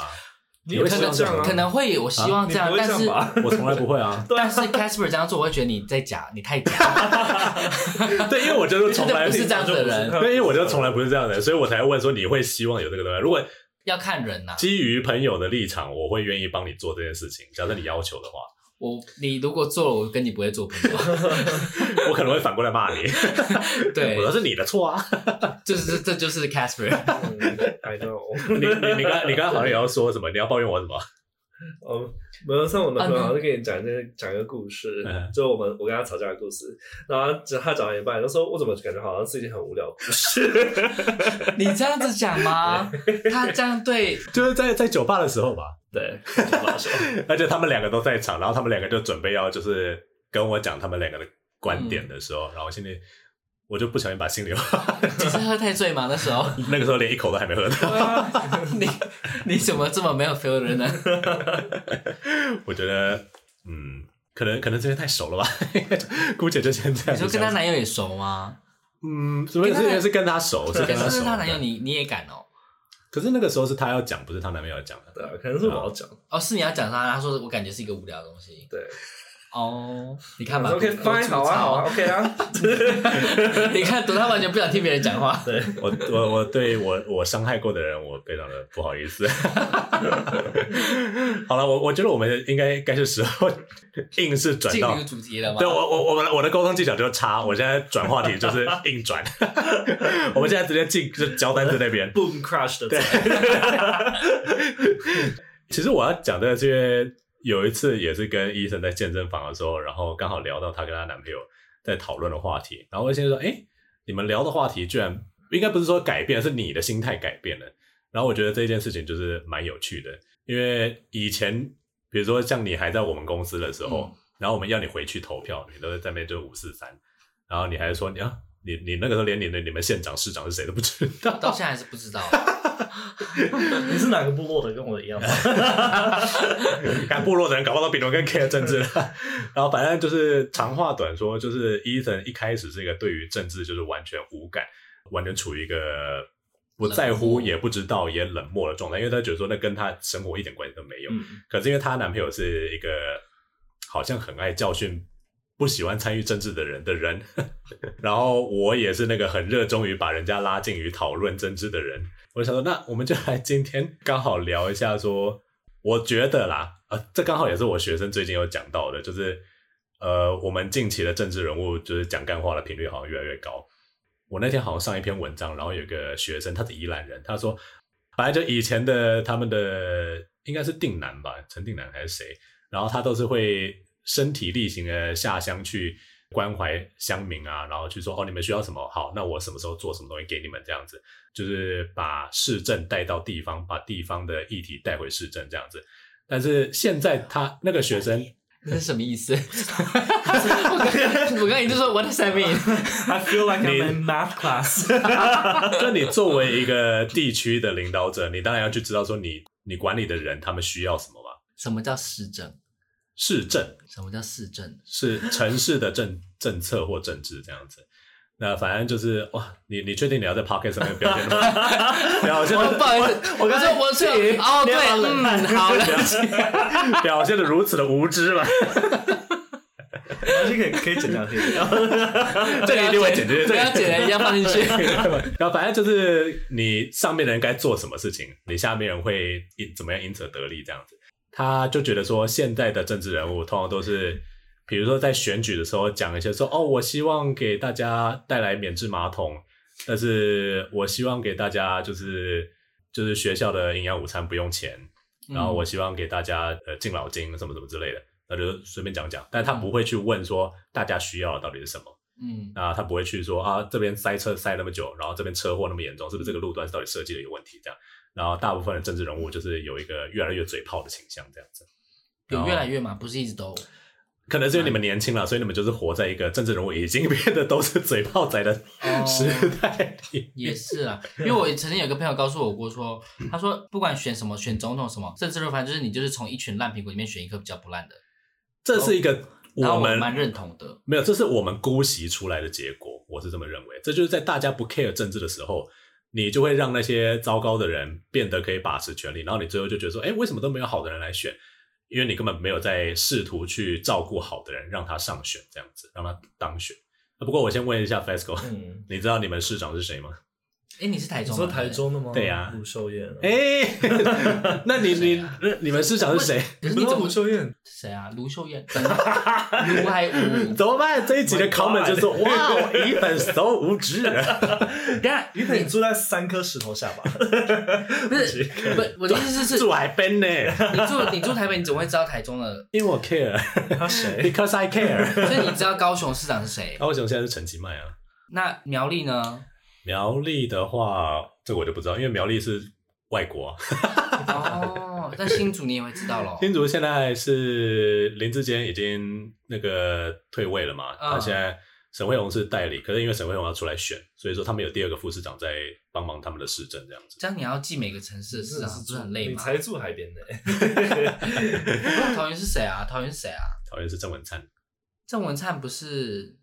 Speaker 1: 你也
Speaker 2: 我会
Speaker 1: 不是
Speaker 3: 可
Speaker 2: 希
Speaker 1: 这
Speaker 2: 望
Speaker 3: 能
Speaker 1: 样啊，
Speaker 3: 可能会，我希望
Speaker 1: 你
Speaker 3: 这样，
Speaker 1: 不会
Speaker 3: 但
Speaker 1: 这
Speaker 3: 是
Speaker 1: 样 吧？，
Speaker 2: 我从来不会啊
Speaker 1: 对啊
Speaker 3: 但是 Casper 这样做，我会觉得你在假，你太假了。
Speaker 2: 对，因为我就是从来
Speaker 3: 不是这样子的人
Speaker 2: 对，因为我就从来不是这样的人，所以我才问说你会希望有这个东西。如果
Speaker 3: 要看人呐、
Speaker 2: 基于朋友的立场，我会愿意帮你做这件事情。假设你要求的话，
Speaker 3: 我你如果做了，我跟你不会做 朋友。
Speaker 2: 我可能会反过来骂你，
Speaker 3: 对
Speaker 2: 我，说是你的错啊。
Speaker 3: 就是这这就 是 Casper。
Speaker 1: 嗯，I know。
Speaker 2: 你你你刚你刚刚好像也要说什么？你要抱怨我什么？
Speaker 1: 哦，没有，像我男朋友，
Speaker 3: 啊
Speaker 1: 他就跟你讲这讲一个故事
Speaker 2: 嗯，
Speaker 1: 就我们我跟他吵架的故事，然后他他讲到一半，他说我怎么感觉好像是一件很无聊的故事？
Speaker 3: 你这样子讲吗？他这样对，
Speaker 2: 就是在在酒吧的时候吧，
Speaker 1: 对，很好 笑
Speaker 2: 而且他们两个都在场，然后他们两个就准备要就是跟我讲他们两个的观点的时候，然后我心里我就不小心把心里 话，
Speaker 3: 只是喝太醉嘛那时候。
Speaker 2: 那个时候连一口都还没喝到，
Speaker 1: 啊
Speaker 3: 你你怎么这么没有 feel 的呢？
Speaker 2: 我觉得嗯，可能可能这边太熟了吧， 姑且就先这样。
Speaker 3: 你说跟她男友也熟吗？
Speaker 2: 嗯，所以是是跟他熟，是
Speaker 1: 啊
Speaker 3: 可
Speaker 2: 跟他
Speaker 3: 是
Speaker 2: 熟。
Speaker 3: 是她男友你，你也敢哦？
Speaker 2: 可是那个时候是他要讲，不是他男朋友要讲的。
Speaker 1: 对啊，可能是我要讲，
Speaker 3: 哦，是你要讲他，他说我感觉是一个无聊的东西。
Speaker 1: 对
Speaker 3: 哦，你看吧
Speaker 1: 我说，OK
Speaker 3: 多多
Speaker 1: fine，
Speaker 3: 吐
Speaker 1: 好啊，好啊
Speaker 3: 槽
Speaker 1: ，OK 啊，
Speaker 3: 你看，朵他完全不想听别人讲 话。
Speaker 1: 对，
Speaker 2: 我我我对我我伤害过的人，我非常的不好意思。 好了，我我觉得我们应该该是时候硬是转
Speaker 3: 进
Speaker 2: 到
Speaker 3: 入主题了吗
Speaker 2: 对？我我我的我的沟通技巧就是差，我现在转话题就是硬转， 我们现在直接进就交单子那边。
Speaker 1: boom crash 的菜，
Speaker 2: 其实我要讲的是因为有一次也是跟医生在健身房的时候，然后刚好聊到她跟她男朋友在讨论的话题，然后我就先说，哎，你们聊的话题居然应该不是说改变，是你的心态改变了。然后我觉得这件事情就是蛮有趣的，因为以前比如说像你还在我们公司的时候，然后我们要你回去投票，你都在那边就五四三，然后你还说你啊，你你那个时候连你的你们县长市长是谁都不知道，
Speaker 3: 到现在还是不知道。
Speaker 1: 你是哪个部落的？跟我一样吗？
Speaker 2: 看部落的人搞不好都比我更 care 政 治了。然后反正就是长话短说，就是伊森一开始是一个对于政治就是完全无感，完全处于一个不在
Speaker 3: 冷
Speaker 2: 乎、
Speaker 3: 漠
Speaker 2: 也不知道、也冷漠的状态，因为他觉得说那跟他生活一点关系都没 有。
Speaker 1: 嗯，
Speaker 2: 可是因为她男朋友是一个好像很爱教训、不喜欢参与政治的人的人， 然后我也是那个很热衷于把人家拉进于讨论政治的人。我想说，那我们就来今天刚好聊一下说，我觉得啦，呃，这刚好也是我学生最近有讲到的，就是呃，我们近期的政治人物就是讲干话的频率好像越来越高。我那天好像上一篇文章，然后有一个学生，他是宜兰人，他说，反正就以前的他们的应该是定南吧，陈定南还是谁，然后他都是会身体力行的下乡去关怀乡民啊，然后去说哦，你们需要什么，好，那我什么时候做什么东西给你们，这样子，就是把市政带到地方，把地方的议题带回市政这样子。但是现在他那个学生，
Speaker 3: 那是什么意思？ 我刚我刚你就说 What does that mean？
Speaker 1: I feel like I'm in math class 。
Speaker 2: 就你作为一个地区的领导者，你当然要去知道说你你管理的人他们需要什么嘛。
Speaker 3: 什么叫市政？
Speaker 2: 市政
Speaker 3: 什么叫市政？
Speaker 2: 是城市的政 政策或政治这样子。那反正就是哇，你你确定你要在 Pocket 上面表现吗？ 表现
Speaker 3: 哦我不
Speaker 2: 的
Speaker 3: 好意思，我刚才我是哦，对，嗯，好了解。
Speaker 2: 表现的如此的无知吗？
Speaker 1: 而且可以可以剪两天，
Speaker 3: 啊
Speaker 2: 这个一定会剪进去，这
Speaker 3: 不
Speaker 2: 个
Speaker 3: 要剪了，一定要放进去。
Speaker 2: 然后反正就是你上面的人该做什么事情，你下面人会因怎么样因此而得利这样子。他就觉得说，现在的政治人物通常都是，比如说在选举的时候讲一些说，哦，我希望给大家带来免治马桶，但是我希望给大家就是就是学校的营养午餐不用钱，然后我希望给大家呃敬老金什么什么之类的，那就随便讲讲，但他不会去问说大家需要的到底是什么。
Speaker 3: 嗯，
Speaker 2: 啊，他不会去说啊，这边塞车塞那么久，然后这边车祸那么严重，是不是这个路段到底设计的有问题？这样，然后大部分的政治人物就是有一个越来越嘴炮的倾向，这样子。
Speaker 3: 有越来越嘛，不是一直都。
Speaker 2: 可能是因为你
Speaker 3: 嗯
Speaker 2: 们年轻了，所以你们就是活在一个政治人物已经变得都是嘴炮仔的
Speaker 3: 哦
Speaker 2: 时代里。
Speaker 3: 也是啊，因为我曾经有个朋友告诉我过说，他说不管选什么，选总统什么，政治人物，反正就是你就是从一群烂苹果里面选一颗比较不烂的。
Speaker 2: 这是一个
Speaker 3: 然后
Speaker 2: 我
Speaker 3: 我
Speaker 2: 们
Speaker 3: 蛮认同的，
Speaker 2: 没有，这是我们姑息出来的结果，我是这么认为。这就是在大家不 care 政治的时候，你就会让那些糟糕的人变得可以把持权力，然后你最后就觉得说，哎，为什么都没有好的人来选？因为你根本没有在试图去照顾好的人，让他上选，这样子让他当选。啊不过我先问一下 FESCO，、
Speaker 1: 嗯，
Speaker 2: 你知道你们市长是谁吗？
Speaker 3: 哎，你是台
Speaker 1: 你
Speaker 3: 中，
Speaker 1: 说台，中的吗？
Speaker 2: 对呀
Speaker 1: 吴秀燕。
Speaker 2: 哎， 那你你那你们市长是谁？
Speaker 3: 可
Speaker 1: 你
Speaker 3: 是
Speaker 1: 不知
Speaker 3: 你
Speaker 1: 道
Speaker 3: 怎
Speaker 1: 吴
Speaker 3: 么
Speaker 1: 秀燕？
Speaker 3: 谁啊？卢秀燕，卢还吴，
Speaker 2: 怎么办？这一集的
Speaker 1: My
Speaker 2: comment 就是 说
Speaker 1: God
Speaker 2: 哇，一本 so 无知。
Speaker 3: 等一下
Speaker 1: 你可以住在三颗石头下吧？
Speaker 3: 不是不，我的意 思是，是
Speaker 2: 住海边呢，
Speaker 3: 你住你住台北，你怎么会知道台中的？
Speaker 2: 因为我 care。
Speaker 1: 他谁？
Speaker 2: Because I care。
Speaker 3: 所以你知道高雄市长是谁？
Speaker 2: 高雄现在是陈其迈啊。
Speaker 3: 那苗栗呢？
Speaker 2: 苗栗的话，这个我就不知道，因为苗栗是外国啊。
Speaker 3: 哦，那新竹你也会知道咯。
Speaker 2: 新竹现在是林志坚已经那个退位了嘛，
Speaker 3: 嗯
Speaker 2: 他现在沈惠荣是代理，可是因为沈惠荣要出来选，所以说他们有第二个副市长在帮忙他们的市政这样子。
Speaker 3: 这样你要记每个城市的市长，不是很累
Speaker 1: 你
Speaker 3: 吗？
Speaker 1: 才住海边呢。
Speaker 3: 我不知道桃园是谁啊？桃园是谁啊？
Speaker 2: 桃园是郑文灿，
Speaker 3: 郑文灿不是？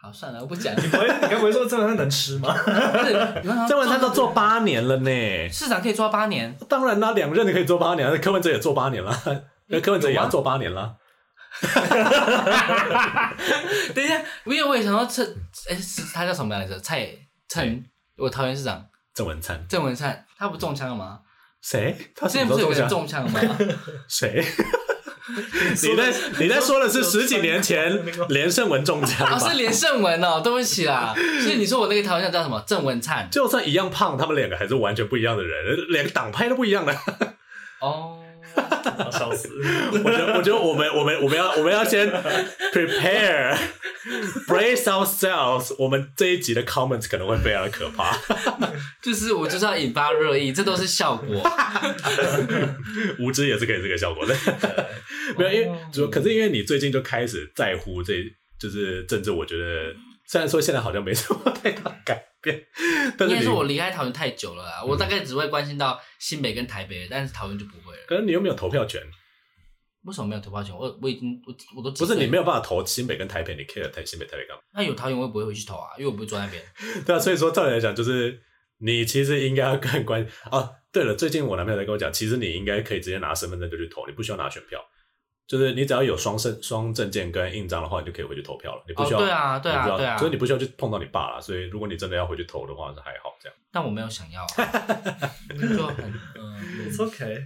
Speaker 3: 好，算了，我不讲。
Speaker 1: 你不会，你该不会说这晚上能吃吗？
Speaker 2: 郑
Speaker 3: 郑
Speaker 2: 文灿都做八年了呢。
Speaker 3: 市长可以做到八年，
Speaker 2: 当然啦，两任可以做八年啊，柯文哲也做八年了，柯文哲也要做八年了。
Speaker 3: 等一下，因为我也想到陈，哎、是他叫什么来着？蔡陈，我桃园市长
Speaker 2: 郑文灿
Speaker 3: 郑文灿，他不中枪了吗？
Speaker 2: 谁？他什
Speaker 3: 之前
Speaker 2: 么
Speaker 3: 不是
Speaker 2: 时
Speaker 3: 有
Speaker 2: 候
Speaker 3: 个人
Speaker 2: 中
Speaker 3: 中枪 吗？哦
Speaker 2: 奖 谁？你在你在说的是十几年前连胜文中枪吧？
Speaker 3: 哦，是连胜文哦，对不起啦。所以你说我那个桃园市长叫什么？郑文灿
Speaker 2: 就算一样胖，他们两个还是完全不一样的人，连党派都不一样的。
Speaker 1: 啊
Speaker 3: 哦。
Speaker 1: 笑 死！
Speaker 2: 我觉得，我觉得我们我们我们要我们要 先 prepare brace ourselves。我们这一集的 comments 可能会非常的可怕。
Speaker 3: 就是我就是要引发热议，这都是效果。
Speaker 2: 无知也是可以这个效果 的，没有，因
Speaker 3: 哦
Speaker 2: 为主可是因为你最近就开始在乎这就是政治，我觉得虽然说现在好像没什么太大改变， 但
Speaker 3: 应
Speaker 2: 是
Speaker 3: 该
Speaker 2: 你
Speaker 3: 是我离开桃园太久了啦，我大概只会关心到新北跟台北，但是桃园就不会了。
Speaker 2: 可能你又没有投票权，
Speaker 3: 为什么没有投票权？我我已经我我都
Speaker 2: 不是你没有
Speaker 3: 有，
Speaker 2: 办法投新北跟台北，你 care 台新北台北干嘛？
Speaker 3: 那有桃园我也不会回去投啊，因为我不会坐那边。
Speaker 2: 对啊，所以说照理来讲，就是你其实应该要更关啊。对了，最近我男朋友在跟我讲，其实你应该可以直接拿身份证就去投，你不需要拿选票，就是你只要有双证、双证件跟印章的话，你就可以回去投票了，你不
Speaker 3: 哦，
Speaker 2: 需要。
Speaker 3: 对啊，对
Speaker 2: 你不
Speaker 3: 啊，
Speaker 2: 要
Speaker 3: 对啊
Speaker 2: 所。以你不需要去碰到你爸啦。所以如果你真的要回去投的话，是还好这样。
Speaker 3: 但我没有想要、啊，就很嗯，
Speaker 1: It's OK，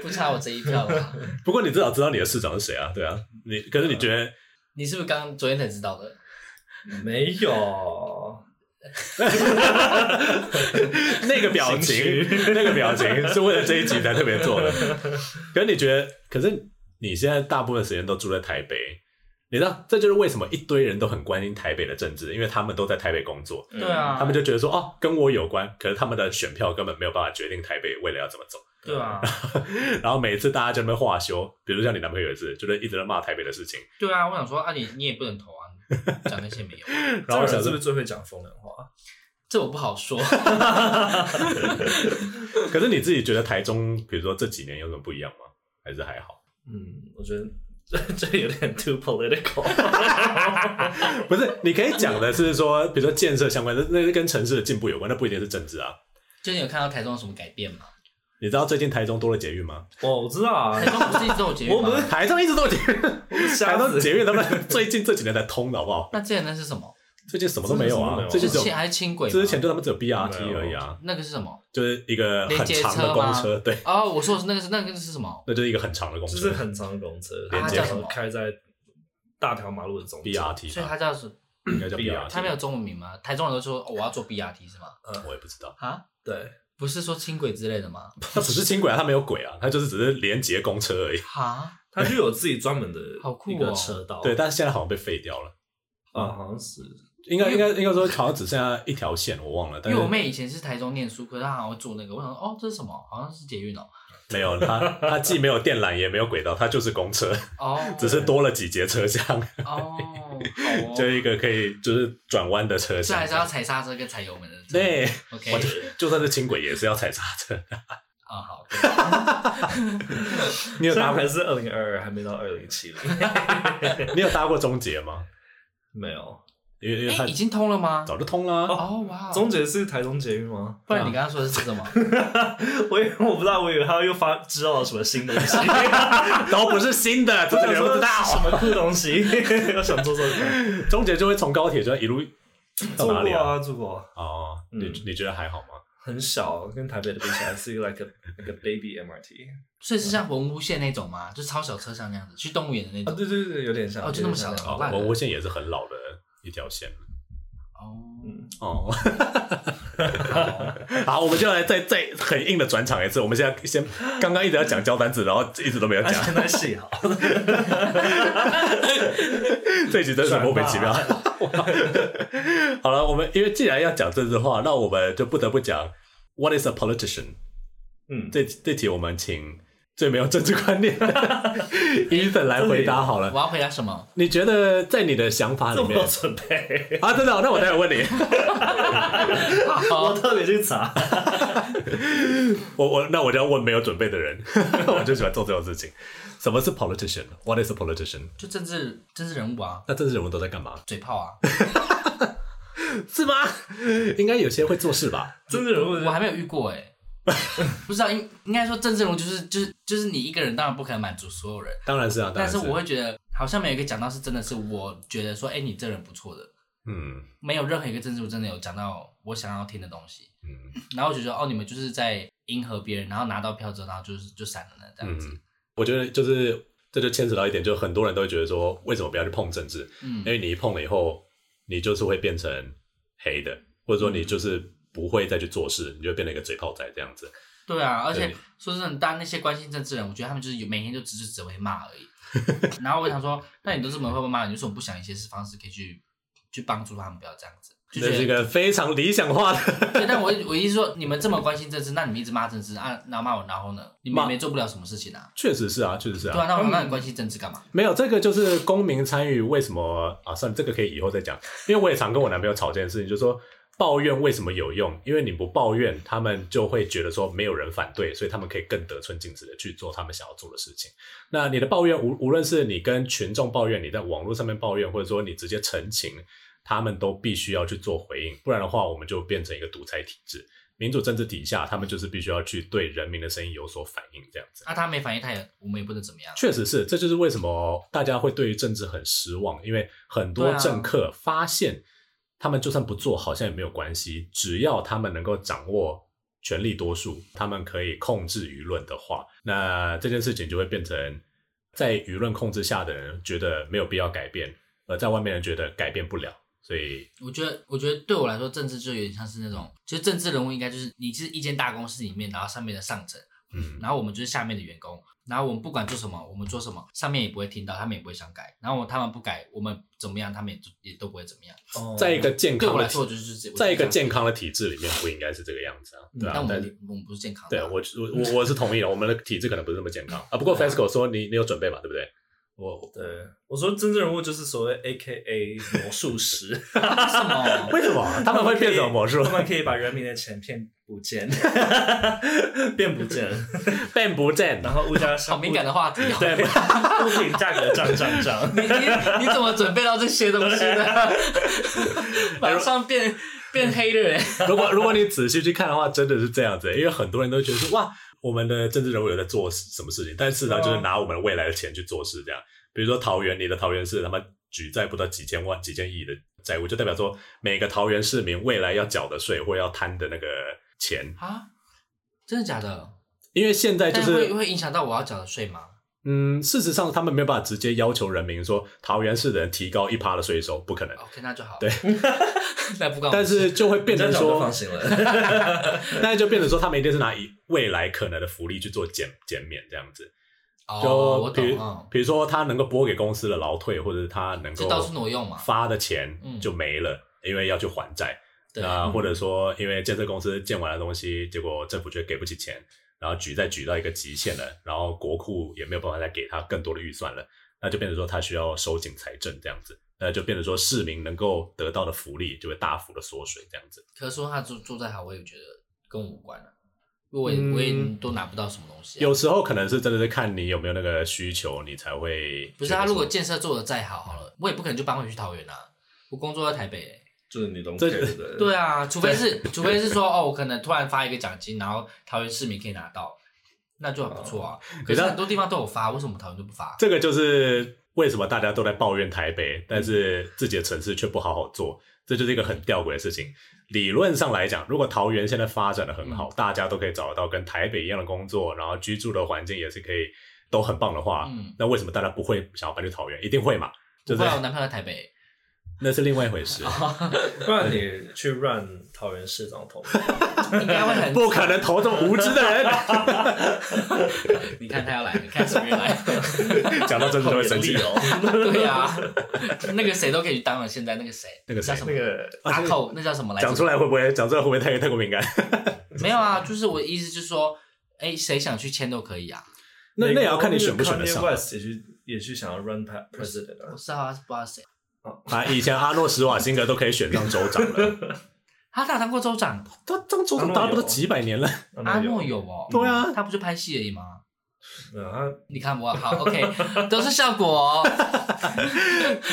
Speaker 3: 不差我这一票啦。
Speaker 2: 不过你至少知道你的市长是谁啊，对啊。你可是你觉得
Speaker 3: 你是不是刚昨天才知道的？
Speaker 1: 没有，
Speaker 2: 那个表
Speaker 1: 心
Speaker 2: 情
Speaker 1: 虚，
Speaker 2: 那个表情 是为了这一集才特别做的。可是你觉得，可是你现在大部分时间都住在台北，你知道，这就是为什么一堆人都很关心台北的政治，因为他们都在台北工作，
Speaker 1: 嗯
Speaker 3: 对啊
Speaker 2: 他们就觉得说哦，跟我有关。可是他们的选票根本没有办法决定台北未来要怎么走。
Speaker 3: 对啊，
Speaker 2: 然后每次大家在那边话休，比如像你男朋友也是，就是一直在骂台北的事情。
Speaker 3: 对啊，我想说啊你，你也不能投啊，讲那些没有，
Speaker 2: 然后我
Speaker 1: 这
Speaker 2: 想
Speaker 1: 人是
Speaker 2: 说
Speaker 1: 不是最会讲风凉话？
Speaker 3: 这我不好说。
Speaker 2: 可是你自己觉得台中，比如说这几年有什么不一样吗？还是还好？
Speaker 1: 嗯，我觉得这有点 too political。
Speaker 2: 不是，你可以讲的是说，比如说建设相关的，那是跟城市的进步有关，那不一定是政治啊。
Speaker 3: 最近有看到台中有什么改变吗？
Speaker 2: 你知道最近台中多了捷运吗？
Speaker 1: 哦，我知道啊
Speaker 3: 台，中不是一直都有捷运
Speaker 1: 我不是
Speaker 3: 吗？
Speaker 2: 台中一直都有捷运，
Speaker 1: 我是
Speaker 2: 台
Speaker 1: 瞎
Speaker 2: 中
Speaker 1: 子。
Speaker 2: 捷运他们最近这几年才通的好不好？
Speaker 3: 那之前那是什么？
Speaker 2: 最近什么都没有啊，最
Speaker 1: 这
Speaker 2: 近
Speaker 1: 是
Speaker 2: 只
Speaker 3: 是
Speaker 2: 有
Speaker 3: 轻还是轻轨吗？
Speaker 2: 之前就他们只有 BRT
Speaker 1: 没有
Speaker 2: 而已啊，
Speaker 3: 那个是什么？
Speaker 2: 就是一个很长的公车，对，
Speaker 3: 哦，我说的是那个是那个是什么？
Speaker 2: 那就是一个很长的公
Speaker 1: 就是
Speaker 2: 车
Speaker 1: 很长的公车，
Speaker 2: 连
Speaker 1: 它
Speaker 2: 接
Speaker 1: 叫什
Speaker 3: 啊什么
Speaker 1: 么开在大条马路的中间。
Speaker 2: ，BRT
Speaker 3: 所
Speaker 2: 吧，
Speaker 3: 以它叫什？
Speaker 2: 应该叫
Speaker 1: BRT
Speaker 3: 它没
Speaker 2: BRT，
Speaker 3: 有中文名吗？台中人都说、哦我要做 BRT 是吗？
Speaker 2: 我也不知道，
Speaker 3: 啊，
Speaker 1: 对，
Speaker 3: 不是说轻轨之类的吗？
Speaker 2: 它只是轻轨啊，它没有轨啊，它就是只是连接公车而已。
Speaker 3: 哈，
Speaker 1: 它就有自己专门的
Speaker 3: 好酷哦
Speaker 1: 一个车道。
Speaker 2: 对，嗯但是现在好像被废掉了，
Speaker 1: 啊，好像是
Speaker 2: 应该应该应该说好像只剩下一条线，我忘了，
Speaker 3: 因
Speaker 2: 但
Speaker 3: 为
Speaker 2: 是
Speaker 3: 我妹以前是台中念书，可是她好像会坐那个，我想说哦这是什么？好像是捷运哦。
Speaker 2: 没有它它既没有电缆也没有轨道，它就是公车，
Speaker 3: 哦，
Speaker 2: 只是多了几节车厢，
Speaker 3: 哦，好哦
Speaker 2: 就一个可以就是啊转弯的车
Speaker 3: 所以
Speaker 2: 厢
Speaker 3: 还。是要踩刹车跟踩油门的。
Speaker 2: 对，
Speaker 3: ，OK，
Speaker 2: 我觉得就算是轻轨也是要踩刹车。
Speaker 3: 啊好，对
Speaker 2: 你有
Speaker 1: 虽
Speaker 2: 搭
Speaker 1: 然
Speaker 2: 过
Speaker 1: 还是二零二二，还没到二零 七零，
Speaker 2: 你有搭过中捷吗？
Speaker 1: 没有。
Speaker 2: 因为因为它
Speaker 3: 哎已经通了吗？
Speaker 2: 早就通了啊。
Speaker 3: 哦哇，
Speaker 1: 中捷是台中捷运吗？
Speaker 3: 不然你刚刚说的是什么？
Speaker 1: 我以为我不知道，我以为他又发知道了什么新东西，
Speaker 2: 都不是新的， 这个人不知
Speaker 1: 什
Speaker 2: 道。
Speaker 1: 么酷东西， 我想做做看。
Speaker 2: 中捷就会从高铁就一路 到哪里
Speaker 1: 住过
Speaker 2: 啊？
Speaker 1: 啊？住过，
Speaker 2: 哦，你
Speaker 1: 嗯
Speaker 2: 你觉得还好吗？
Speaker 1: 很小，跟台北的比起来是 like a like a baby MRT。
Speaker 3: 所以是像文湖线那种吗？就超小车厢那样子，去动物园的那
Speaker 1: 啊，
Speaker 3: 种。
Speaker 1: 对对对，有点像。
Speaker 3: 哦就那么小
Speaker 1: 有点像
Speaker 3: 好
Speaker 2: 哦
Speaker 3: 烂，啊
Speaker 2: 文湖线也是很老的一条线。
Speaker 3: 哦，
Speaker 1: 嗯，
Speaker 2: 哦， 好，我们就来再再很硬的转场一次。我们现在先刚刚一直要讲交单字，然后一直都没有
Speaker 1: 而
Speaker 2: 讲，
Speaker 1: 且 那戏好，
Speaker 2: 这一集真是莫名其妙
Speaker 1: 转。
Speaker 2: 好了，我们因为既然要讲政治话，那我们就不得不讲 What is a politician？
Speaker 1: 嗯，
Speaker 2: 这这题我们请最没有政治 观念的 Ethan 来回答好了
Speaker 3: 我。要回答什么？
Speaker 2: 你觉得在你的想法
Speaker 1: 这
Speaker 2: 里
Speaker 1: 么
Speaker 2: 面
Speaker 1: 有准备，
Speaker 2: 啊，真的哦、那我待会问你。
Speaker 1: 我特别去 查。
Speaker 2: 我我那我就要问没有准备的人， 我就喜欢做这种事情。什么是 politician？What is a politician？
Speaker 3: 就政治政治人物啊，
Speaker 2: 那政治人物都在干嘛？
Speaker 3: 嘴炮啊，
Speaker 2: 是吗？ 应该有些会做事吧？
Speaker 1: 真的人物
Speaker 3: 我还没有遇过哎、 不知道应应该说政治人物就是就是就是你一个人当然不可能满足所有人，
Speaker 2: 当然是啊，当
Speaker 3: 但
Speaker 2: 然
Speaker 3: 是
Speaker 2: 是
Speaker 3: 我会觉得好像没有一个讲到是真的是我觉得说哎、你这人不错的，
Speaker 2: 嗯
Speaker 3: 没有任何一个政治人物真的有讲到我想要听的东西，
Speaker 2: 嗯
Speaker 3: 然后我就觉得哦你们就是在迎合别人，然后拿到票之后然后就是就散了呢这样子，
Speaker 2: 嗯，我觉得就是这就牵扯到一点，就很多人都会觉得说，为什么不要去碰政治？
Speaker 3: 嗯
Speaker 2: 因为你一碰了以后，你就是会变
Speaker 3: 嗯
Speaker 2: 成黑的，或者说你就是不会再去做事，你就会变成一个嘴炮仔这样子。
Speaker 3: 对啊，而且
Speaker 2: 对
Speaker 3: 说真的，当那些关心政治人，我觉得他们就是有每天就只是只会骂而已。 然后我想说，那你都这么会骂，你为什么不想一些方式可以去去帮助他们，不要这样子？就
Speaker 2: 这是
Speaker 3: 觉
Speaker 2: 一
Speaker 3: 得，
Speaker 2: 个非常理想化的
Speaker 3: 对，但我我意思说，你们这么关心政治，那你们一直骂政治啊，然后骂我，然后呢，你们
Speaker 2: 骂
Speaker 3: 也没做不了什么事情啊。
Speaker 2: 确实是啊，确实是
Speaker 3: 对啊，
Speaker 2: 啊，
Speaker 3: 那我那你关心政治干嘛？
Speaker 2: 没有这个就是公民参与，为什么啊？算了，这个可以以后再讲，因为我也常跟我男朋友吵这件事情，就是说抱怨为什么有用？因为你不抱怨，他们就会觉得说没有人反对，所以他们可以更得寸进尺的去做他们想要做的事情。那你的抱怨，无无论是你跟群众抱怨，你在网络上面抱怨，或者说你直接澄清，他们都必须要去做回应，不然的话，我们就变成一个独裁体制。民主政治底下，他们就是必须要去对人民的声音有所反应，这样子。
Speaker 3: 啊，他没反应，他也我们也不能怎么样。
Speaker 2: 确实是，这就是为什么大家会对于政治很失望，因为很多
Speaker 3: 对啊
Speaker 2: 政客发现，他们就算不做，好像也没有关系，只要他们能够掌握权力多数，他们可以控制舆论的话，那这件事情就会变成在舆论控制下的人觉得没有必要改变，而在外面人觉得改变不了，所以
Speaker 3: 我觉得，我觉得对我来说，政治就有点像是那种，就是政治人物应该就是你是一间大公司里面，然后上面的上层，
Speaker 2: 嗯，
Speaker 3: 然后我们就是下面的员工，然后我们不管做什么，我们做什么，上面也不会听到，他们也不会想改，然后他们不改，我们怎么样，他们也就也都不会怎么样。
Speaker 1: 哦
Speaker 2: 在一个健
Speaker 3: 对
Speaker 2: 康
Speaker 3: 我
Speaker 2: 的
Speaker 3: 来
Speaker 2: 体
Speaker 3: 说，我就是这，我就是
Speaker 2: 在一个
Speaker 3: 这样嗯
Speaker 2: 健康的体制里面，不应该是这个样子啊，对啊，
Speaker 3: 但我
Speaker 2: 但
Speaker 3: 们我们不是健康的
Speaker 2: 对
Speaker 3: 啊，
Speaker 2: 我我我我是同意的，我们的体质可能不是那么健康啊。不过 FESCO 说你你有准备嘛，对不对？我
Speaker 1: 对，我说真正人物就是所谓 A K A 魔术师，
Speaker 3: 为什么？
Speaker 2: 为什么 他们会变走魔术
Speaker 1: 他？们可以把人民的钱骗不见， 变不见，
Speaker 2: 变不正
Speaker 1: 然后物价上
Speaker 3: 好敏感的话题哦。
Speaker 2: 对，
Speaker 1: 物品价格涨涨 涨。
Speaker 3: 你你你怎么准备到这些东西的？ 马上变变黑的人，
Speaker 2: 如果如果你仔细去看的话，真的是这样子，欸因为很多人都觉得说哇，我们的政治人物有在做什么事情，但事实上就是拿我们未来的钱去做事这样。比如说桃园，你的桃园市他妈举债不到几千万、几千亿的债务，就代表说每个桃园市民未来要缴的税或要摊的那个钱，
Speaker 3: 啊？真的假的？
Speaker 2: 因为现在就
Speaker 3: 但
Speaker 2: 是
Speaker 3: 会会影响到我要缴的税吗？
Speaker 2: 嗯，事实上他们没有办法直接要求人民说桃园市的人提高一趴的税收，不可能。
Speaker 3: OK，那就好。
Speaker 2: 对，
Speaker 3: 那不管我
Speaker 2: 但是就会变
Speaker 1: 这
Speaker 2: 成
Speaker 1: 样讲我就
Speaker 2: 说
Speaker 1: 放，心了，
Speaker 2: 但是就变成说，他们一定是拿以未来可能的福利去做减减免这样子。
Speaker 3: 哦，
Speaker 2: 就
Speaker 3: 我
Speaker 2: 比
Speaker 3: 懂
Speaker 2: 如
Speaker 3: 嗯，
Speaker 2: 比如说他能够拨给公司的劳退，或者是他能
Speaker 3: 就
Speaker 2: 够
Speaker 3: 到处挪用嘛。
Speaker 2: 发的钱
Speaker 3: 嗯
Speaker 2: 就没了，因为要去还债。
Speaker 3: 对，嗯
Speaker 2: 那啊或者说，因为建设公司建完的东西，结果政府却给不起钱，然后举债举到一个极限了，然后国库也没有办法再给他更多的预算了，那就变成说他需要收紧财政这样子，那就变成说市民能够得到的福利就会大幅的缩水这样子。
Speaker 3: 可是说他做做再好，我也觉得跟我无关了，因为我也、
Speaker 2: 嗯
Speaker 3: 我也都拿不到什么东西啊、
Speaker 2: 有时候可能是真的是看你有没有那个需求，你才会
Speaker 3: 不是
Speaker 2: 觉得
Speaker 3: 他如果
Speaker 2: 说
Speaker 3: 建设做的再好，好了，我也不可能就搬回去桃园啊。我工作在台北欸、
Speaker 1: 就是你懂
Speaker 2: 这
Speaker 1: 的。
Speaker 3: 对啊，除非是除非是说 哦，我可能突然发一个奖金，然后桃园市民可以拿到，那就很不错啊。
Speaker 2: 知
Speaker 3: 可是
Speaker 2: 道
Speaker 3: 很多地方都有发，为什么桃园就不发？
Speaker 2: 这个就是为什么大家都在抱怨台北，但是自己的城市却不好好做，这就是一个很吊诡的事情。理论上来讲，如果桃园现在发展的很好，大家都可以找得到跟台北一样的工作，然后居住的环境也是可以都很棒的话，
Speaker 3: 嗯
Speaker 2: 那为什么大家不会想要搬去桃园？一定会嘛？
Speaker 3: 不
Speaker 2: 就
Speaker 3: 会
Speaker 2: 是
Speaker 3: 啊，我男朋友在台北
Speaker 2: 那是另外一回事，
Speaker 1: 不然你去 run 桃园市长 投票，
Speaker 3: 欸，应该会很
Speaker 2: 不可能投这么无知的人。
Speaker 3: 你看他要来，你看什么 人来？
Speaker 2: 讲到政治就会生气
Speaker 1: 好严厉。哦。
Speaker 3: 对啊，那个谁都可以去当了。现在那个谁，
Speaker 2: 那个谁啊
Speaker 3: 叫什么
Speaker 1: 那？个
Speaker 3: 阿寇，那叫什么来着？
Speaker 2: 讲出来会不会讲出来会不会太太过敏感？
Speaker 3: 没有啊，就是我的意思就是说，哎，谁想去签都可以啊。
Speaker 2: 那
Speaker 1: 美国
Speaker 2: 那也要看你选不选得
Speaker 1: Kanye
Speaker 2: 上
Speaker 1: West 也去也去想要 run pa- president
Speaker 3: 我
Speaker 1: 啊，
Speaker 3: 知道他是不知道谁，
Speaker 2: 啊！以前阿诺·施瓦辛格都可以选上州长了，
Speaker 3: 他哪当过州长？
Speaker 2: 他当州长
Speaker 1: 阿诺有
Speaker 2: 当啊了不都几百年了？
Speaker 3: 阿诺有哦，
Speaker 2: 对啊，
Speaker 3: 他不就拍戏而已吗？
Speaker 1: 没有他
Speaker 3: 你看我好 OK，都是 效果哦。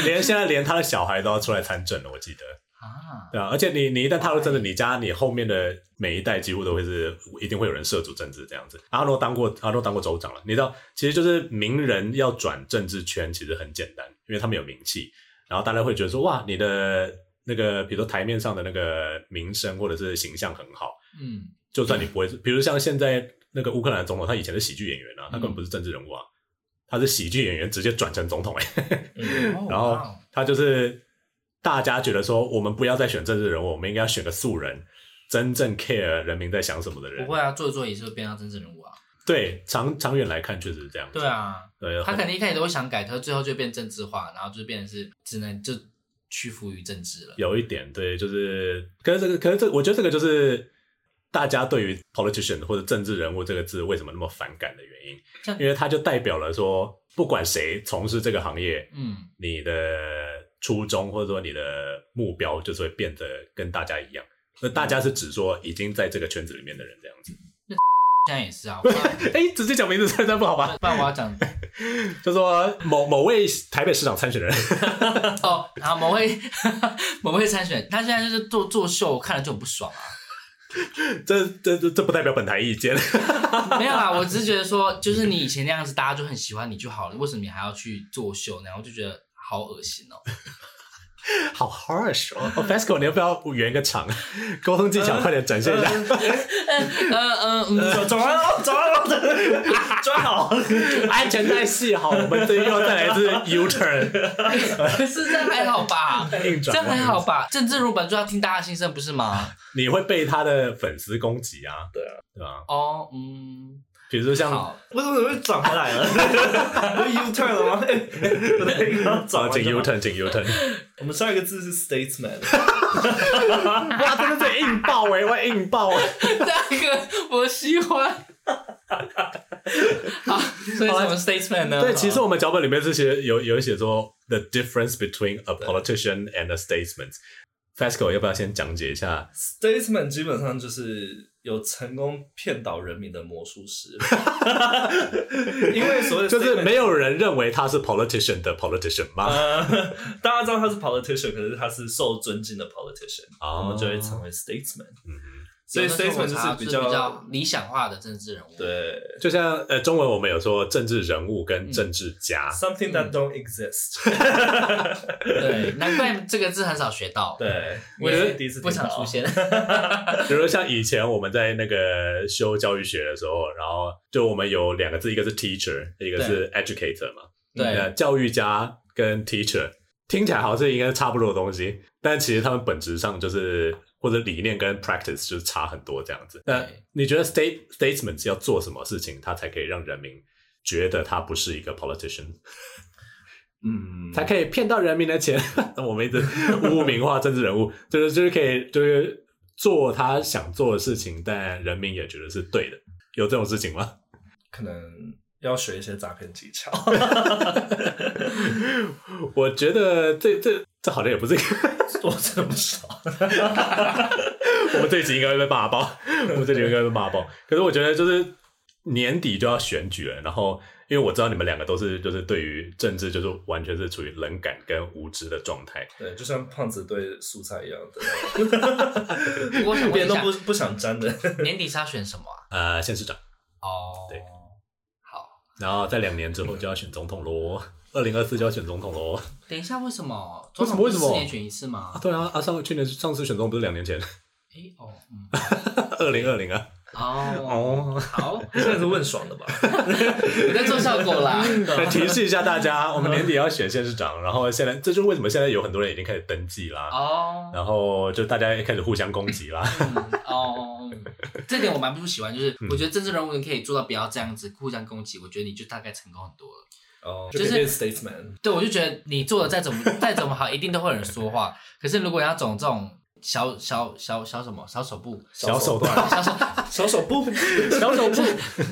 Speaker 2: 连现在连他的小孩都要出来参政了，我记得。
Speaker 3: 啊，
Speaker 2: 对啊，而且你你一旦踏入政治，你家你后面的每一代几乎都会是一定会有人涉足政治这样子。阿诺当过阿诺当过州长了，你知道，其实就是名人要转政治圈其实很简单，因为他们有名气，然后大家会觉得说哇，你的那个比如说台面上的那个名声或者是形象很好，
Speaker 3: 嗯，
Speaker 2: 就算你不会，比如像现在那个乌克兰总统，他以前是喜剧演员啊，他根本
Speaker 3: 嗯
Speaker 2: 不是政治人物啊，他是喜剧演员直接转成总统哎、
Speaker 1: 嗯
Speaker 3: 哦
Speaker 2: 然后
Speaker 3: 哇哦
Speaker 2: 他就是大家觉得说，我们不要再选政治人物，我们应该要选个素人，真正 care 人民在想什么的人
Speaker 3: 不。会啊，做一做也是会变到真正人物啊。
Speaker 2: 对，长长远来看确实是这样。
Speaker 3: 对，啊，
Speaker 2: 对，
Speaker 3: 他
Speaker 2: 很
Speaker 3: 肯定一开始都会想改，他最后就变政治化，然后就变成是只能就屈服于政治了。
Speaker 2: 有一点对，就是，可是这个，可是这个，我觉得这个就是大家对于 politician 或者政治人物这个字为什么那么反感的原因，
Speaker 3: 像
Speaker 2: 因为它就代表了说，不管谁从事这个行业，
Speaker 3: 嗯，
Speaker 2: 你的初衷或者说你的目标就是会变得跟大家一样。那大家是指说已经在这个圈子里面的人这样 子。
Speaker 3: 现在也是啊，不然
Speaker 2: 哎，直接讲名字实在不好吧？
Speaker 3: 不 然我要讲
Speaker 2: 就说某某位台北市长参选人，
Speaker 3: 哦，然后某位 某位参选，他现在就是做作秀，我看了就很不爽啊。
Speaker 2: 这这这这不代表本台意见。
Speaker 3: 没有啦，我只是觉得说，就是你以前那样子，大家就很喜欢你就好了，为什么你还要去作秀呢？我就觉得好恶心哦。
Speaker 2: 好 harsh 哦、哦 f a s c o 你要不要圆个场？沟通技巧快点展现一下。
Speaker 3: 嗯嗯
Speaker 2: 呃
Speaker 3: 嗯，
Speaker 1: 走走完
Speaker 2: 啊
Speaker 1: 了，走完了，抓好。
Speaker 2: 安全带系好，我们这又要再来一次 U turn
Speaker 3: 是这样还好吧？
Speaker 2: 硬
Speaker 3: 这
Speaker 2: 转。
Speaker 3: 样还好，吧？政治入本就要听大家心声，不是吗？
Speaker 2: 你会被他的粉丝攻击啊？
Speaker 1: 对
Speaker 2: 啊，对吧？
Speaker 3: 哦，嗯，
Speaker 2: 比如说像呃
Speaker 3: 好，
Speaker 1: 为什么又转回来了？不是 U turn 了吗？对，刚转
Speaker 2: 啊，
Speaker 1: 完
Speaker 2: 请
Speaker 1: 就好
Speaker 2: U turn，请 U turn。
Speaker 1: 我们下一个字是 statesman，
Speaker 2: 哇，真的是硬爆哎、我硬爆、 欸！
Speaker 3: 这个我喜欢。 好，所以什么 statement 呢？
Speaker 2: 对，其实我们脚本里面这些有有写说 the difference between a politician and a statesman。Fasco 要不要先讲解一下？
Speaker 1: statesman 基本上就是有成功骗倒人民的魔术 师， 因为所谓的
Speaker 2: 就是没
Speaker 1: 有。
Speaker 2: 有人认为他是 politician 的 politician 吗？
Speaker 1: 呃，大家知道他是 politician，可是他是受尊敬的 politician，、
Speaker 2: 哦
Speaker 1: 我们就会成为 statesman。
Speaker 2: 嗯哼。
Speaker 1: 所以
Speaker 3: 有的时
Speaker 1: statesman
Speaker 3: 候我查
Speaker 1: 就是
Speaker 3: 是
Speaker 1: 比
Speaker 3: 比
Speaker 1: 较
Speaker 3: 较理想化的政治人物。，
Speaker 1: 对
Speaker 2: 就像呃，中文我们有说政治人物跟政治 家，
Speaker 1: something that don't exist、
Speaker 3: 对，难怪这个字很少学到。
Speaker 1: 对，
Speaker 3: 我
Speaker 1: 我
Speaker 3: 也
Speaker 1: 也
Speaker 3: 是
Speaker 1: 是第一次
Speaker 3: 不
Speaker 1: 听
Speaker 3: 想
Speaker 1: 到
Speaker 3: 出。 现。
Speaker 2: 比如说像以前我们在那个修教育学的时候，然后就我们有两个字，一个是 teacher，一个是 educator 嘛。那
Speaker 1: 嗯
Speaker 3: 对，
Speaker 2: 教育家跟 teacher 听起来好像应该是差不多的东西，但其实他们本质上就是或者理念跟 practice 就是差很多这样子。那
Speaker 3: 对
Speaker 2: 你觉得 state statesman 是要做什么事情，他才可以让人民觉得他不是一个 politician？
Speaker 1: 嗯，
Speaker 2: 才可以骗到人民的钱。 我们一 直污名化政治人物，就是就是可以就是做他想做的事情，但人民也觉得是对的。有这种事情吗？
Speaker 1: 可能要学一些诈骗技巧。
Speaker 2: 我觉得这这这好像也不是一个。
Speaker 1: 我真的不知道。
Speaker 2: 我们这一集应该会被骂爆，我们这一集应该会被骂爆。可是我觉得就是年底就要选举了，然后因为我知道你们两个都是就是对于政治就是完全是处于冷感跟无知的状态。
Speaker 1: 对，就像胖子对蔬菜一样的，
Speaker 3: 我 想
Speaker 1: 别
Speaker 3: 问一
Speaker 1: 人都
Speaker 3: 下，
Speaker 1: 不不想沾 的。
Speaker 3: 年底是要选什么啊？
Speaker 2: 呃，县市长，
Speaker 3: 哦，
Speaker 2: 对，
Speaker 3: 好，
Speaker 2: 然后在两年之后就要选总统喽，二零二四就要选总统喽。
Speaker 3: 等一下，为什么？
Speaker 2: 为什么为什么
Speaker 3: 总统不是四年选一次 吗？
Speaker 2: 对啊，啊上去年上次选中不是两年前，
Speaker 3: 诶，哦，嗯，
Speaker 2: 二零二零啊。
Speaker 3: 哦，，好，我
Speaker 1: 现在是问爽的吧？
Speaker 3: 在做效果啦。
Speaker 2: 来提示一下大家，我们年底要选县市长，然后现在这就是为什么现在有很多人已经开始登记啦，
Speaker 3: 哦，
Speaker 2: 然后就大家也开始互相攻击啦。
Speaker 3: 嗯哦，这点我蛮不喜欢，就是
Speaker 1: 嗯
Speaker 3: 我觉得政治人物可以做到不要这样子互相攻击，我觉得你就大概成功很多了。
Speaker 1: 哦，
Speaker 3: 就是
Speaker 1: 就可以变 statesman。
Speaker 3: 对，我就觉得你做的再怎么再怎么好，一定都会有人说话。可是如果你要走这种小小小小什么小手部，
Speaker 2: 小手段，
Speaker 3: 小手
Speaker 1: 小手不，
Speaker 3: 小手部，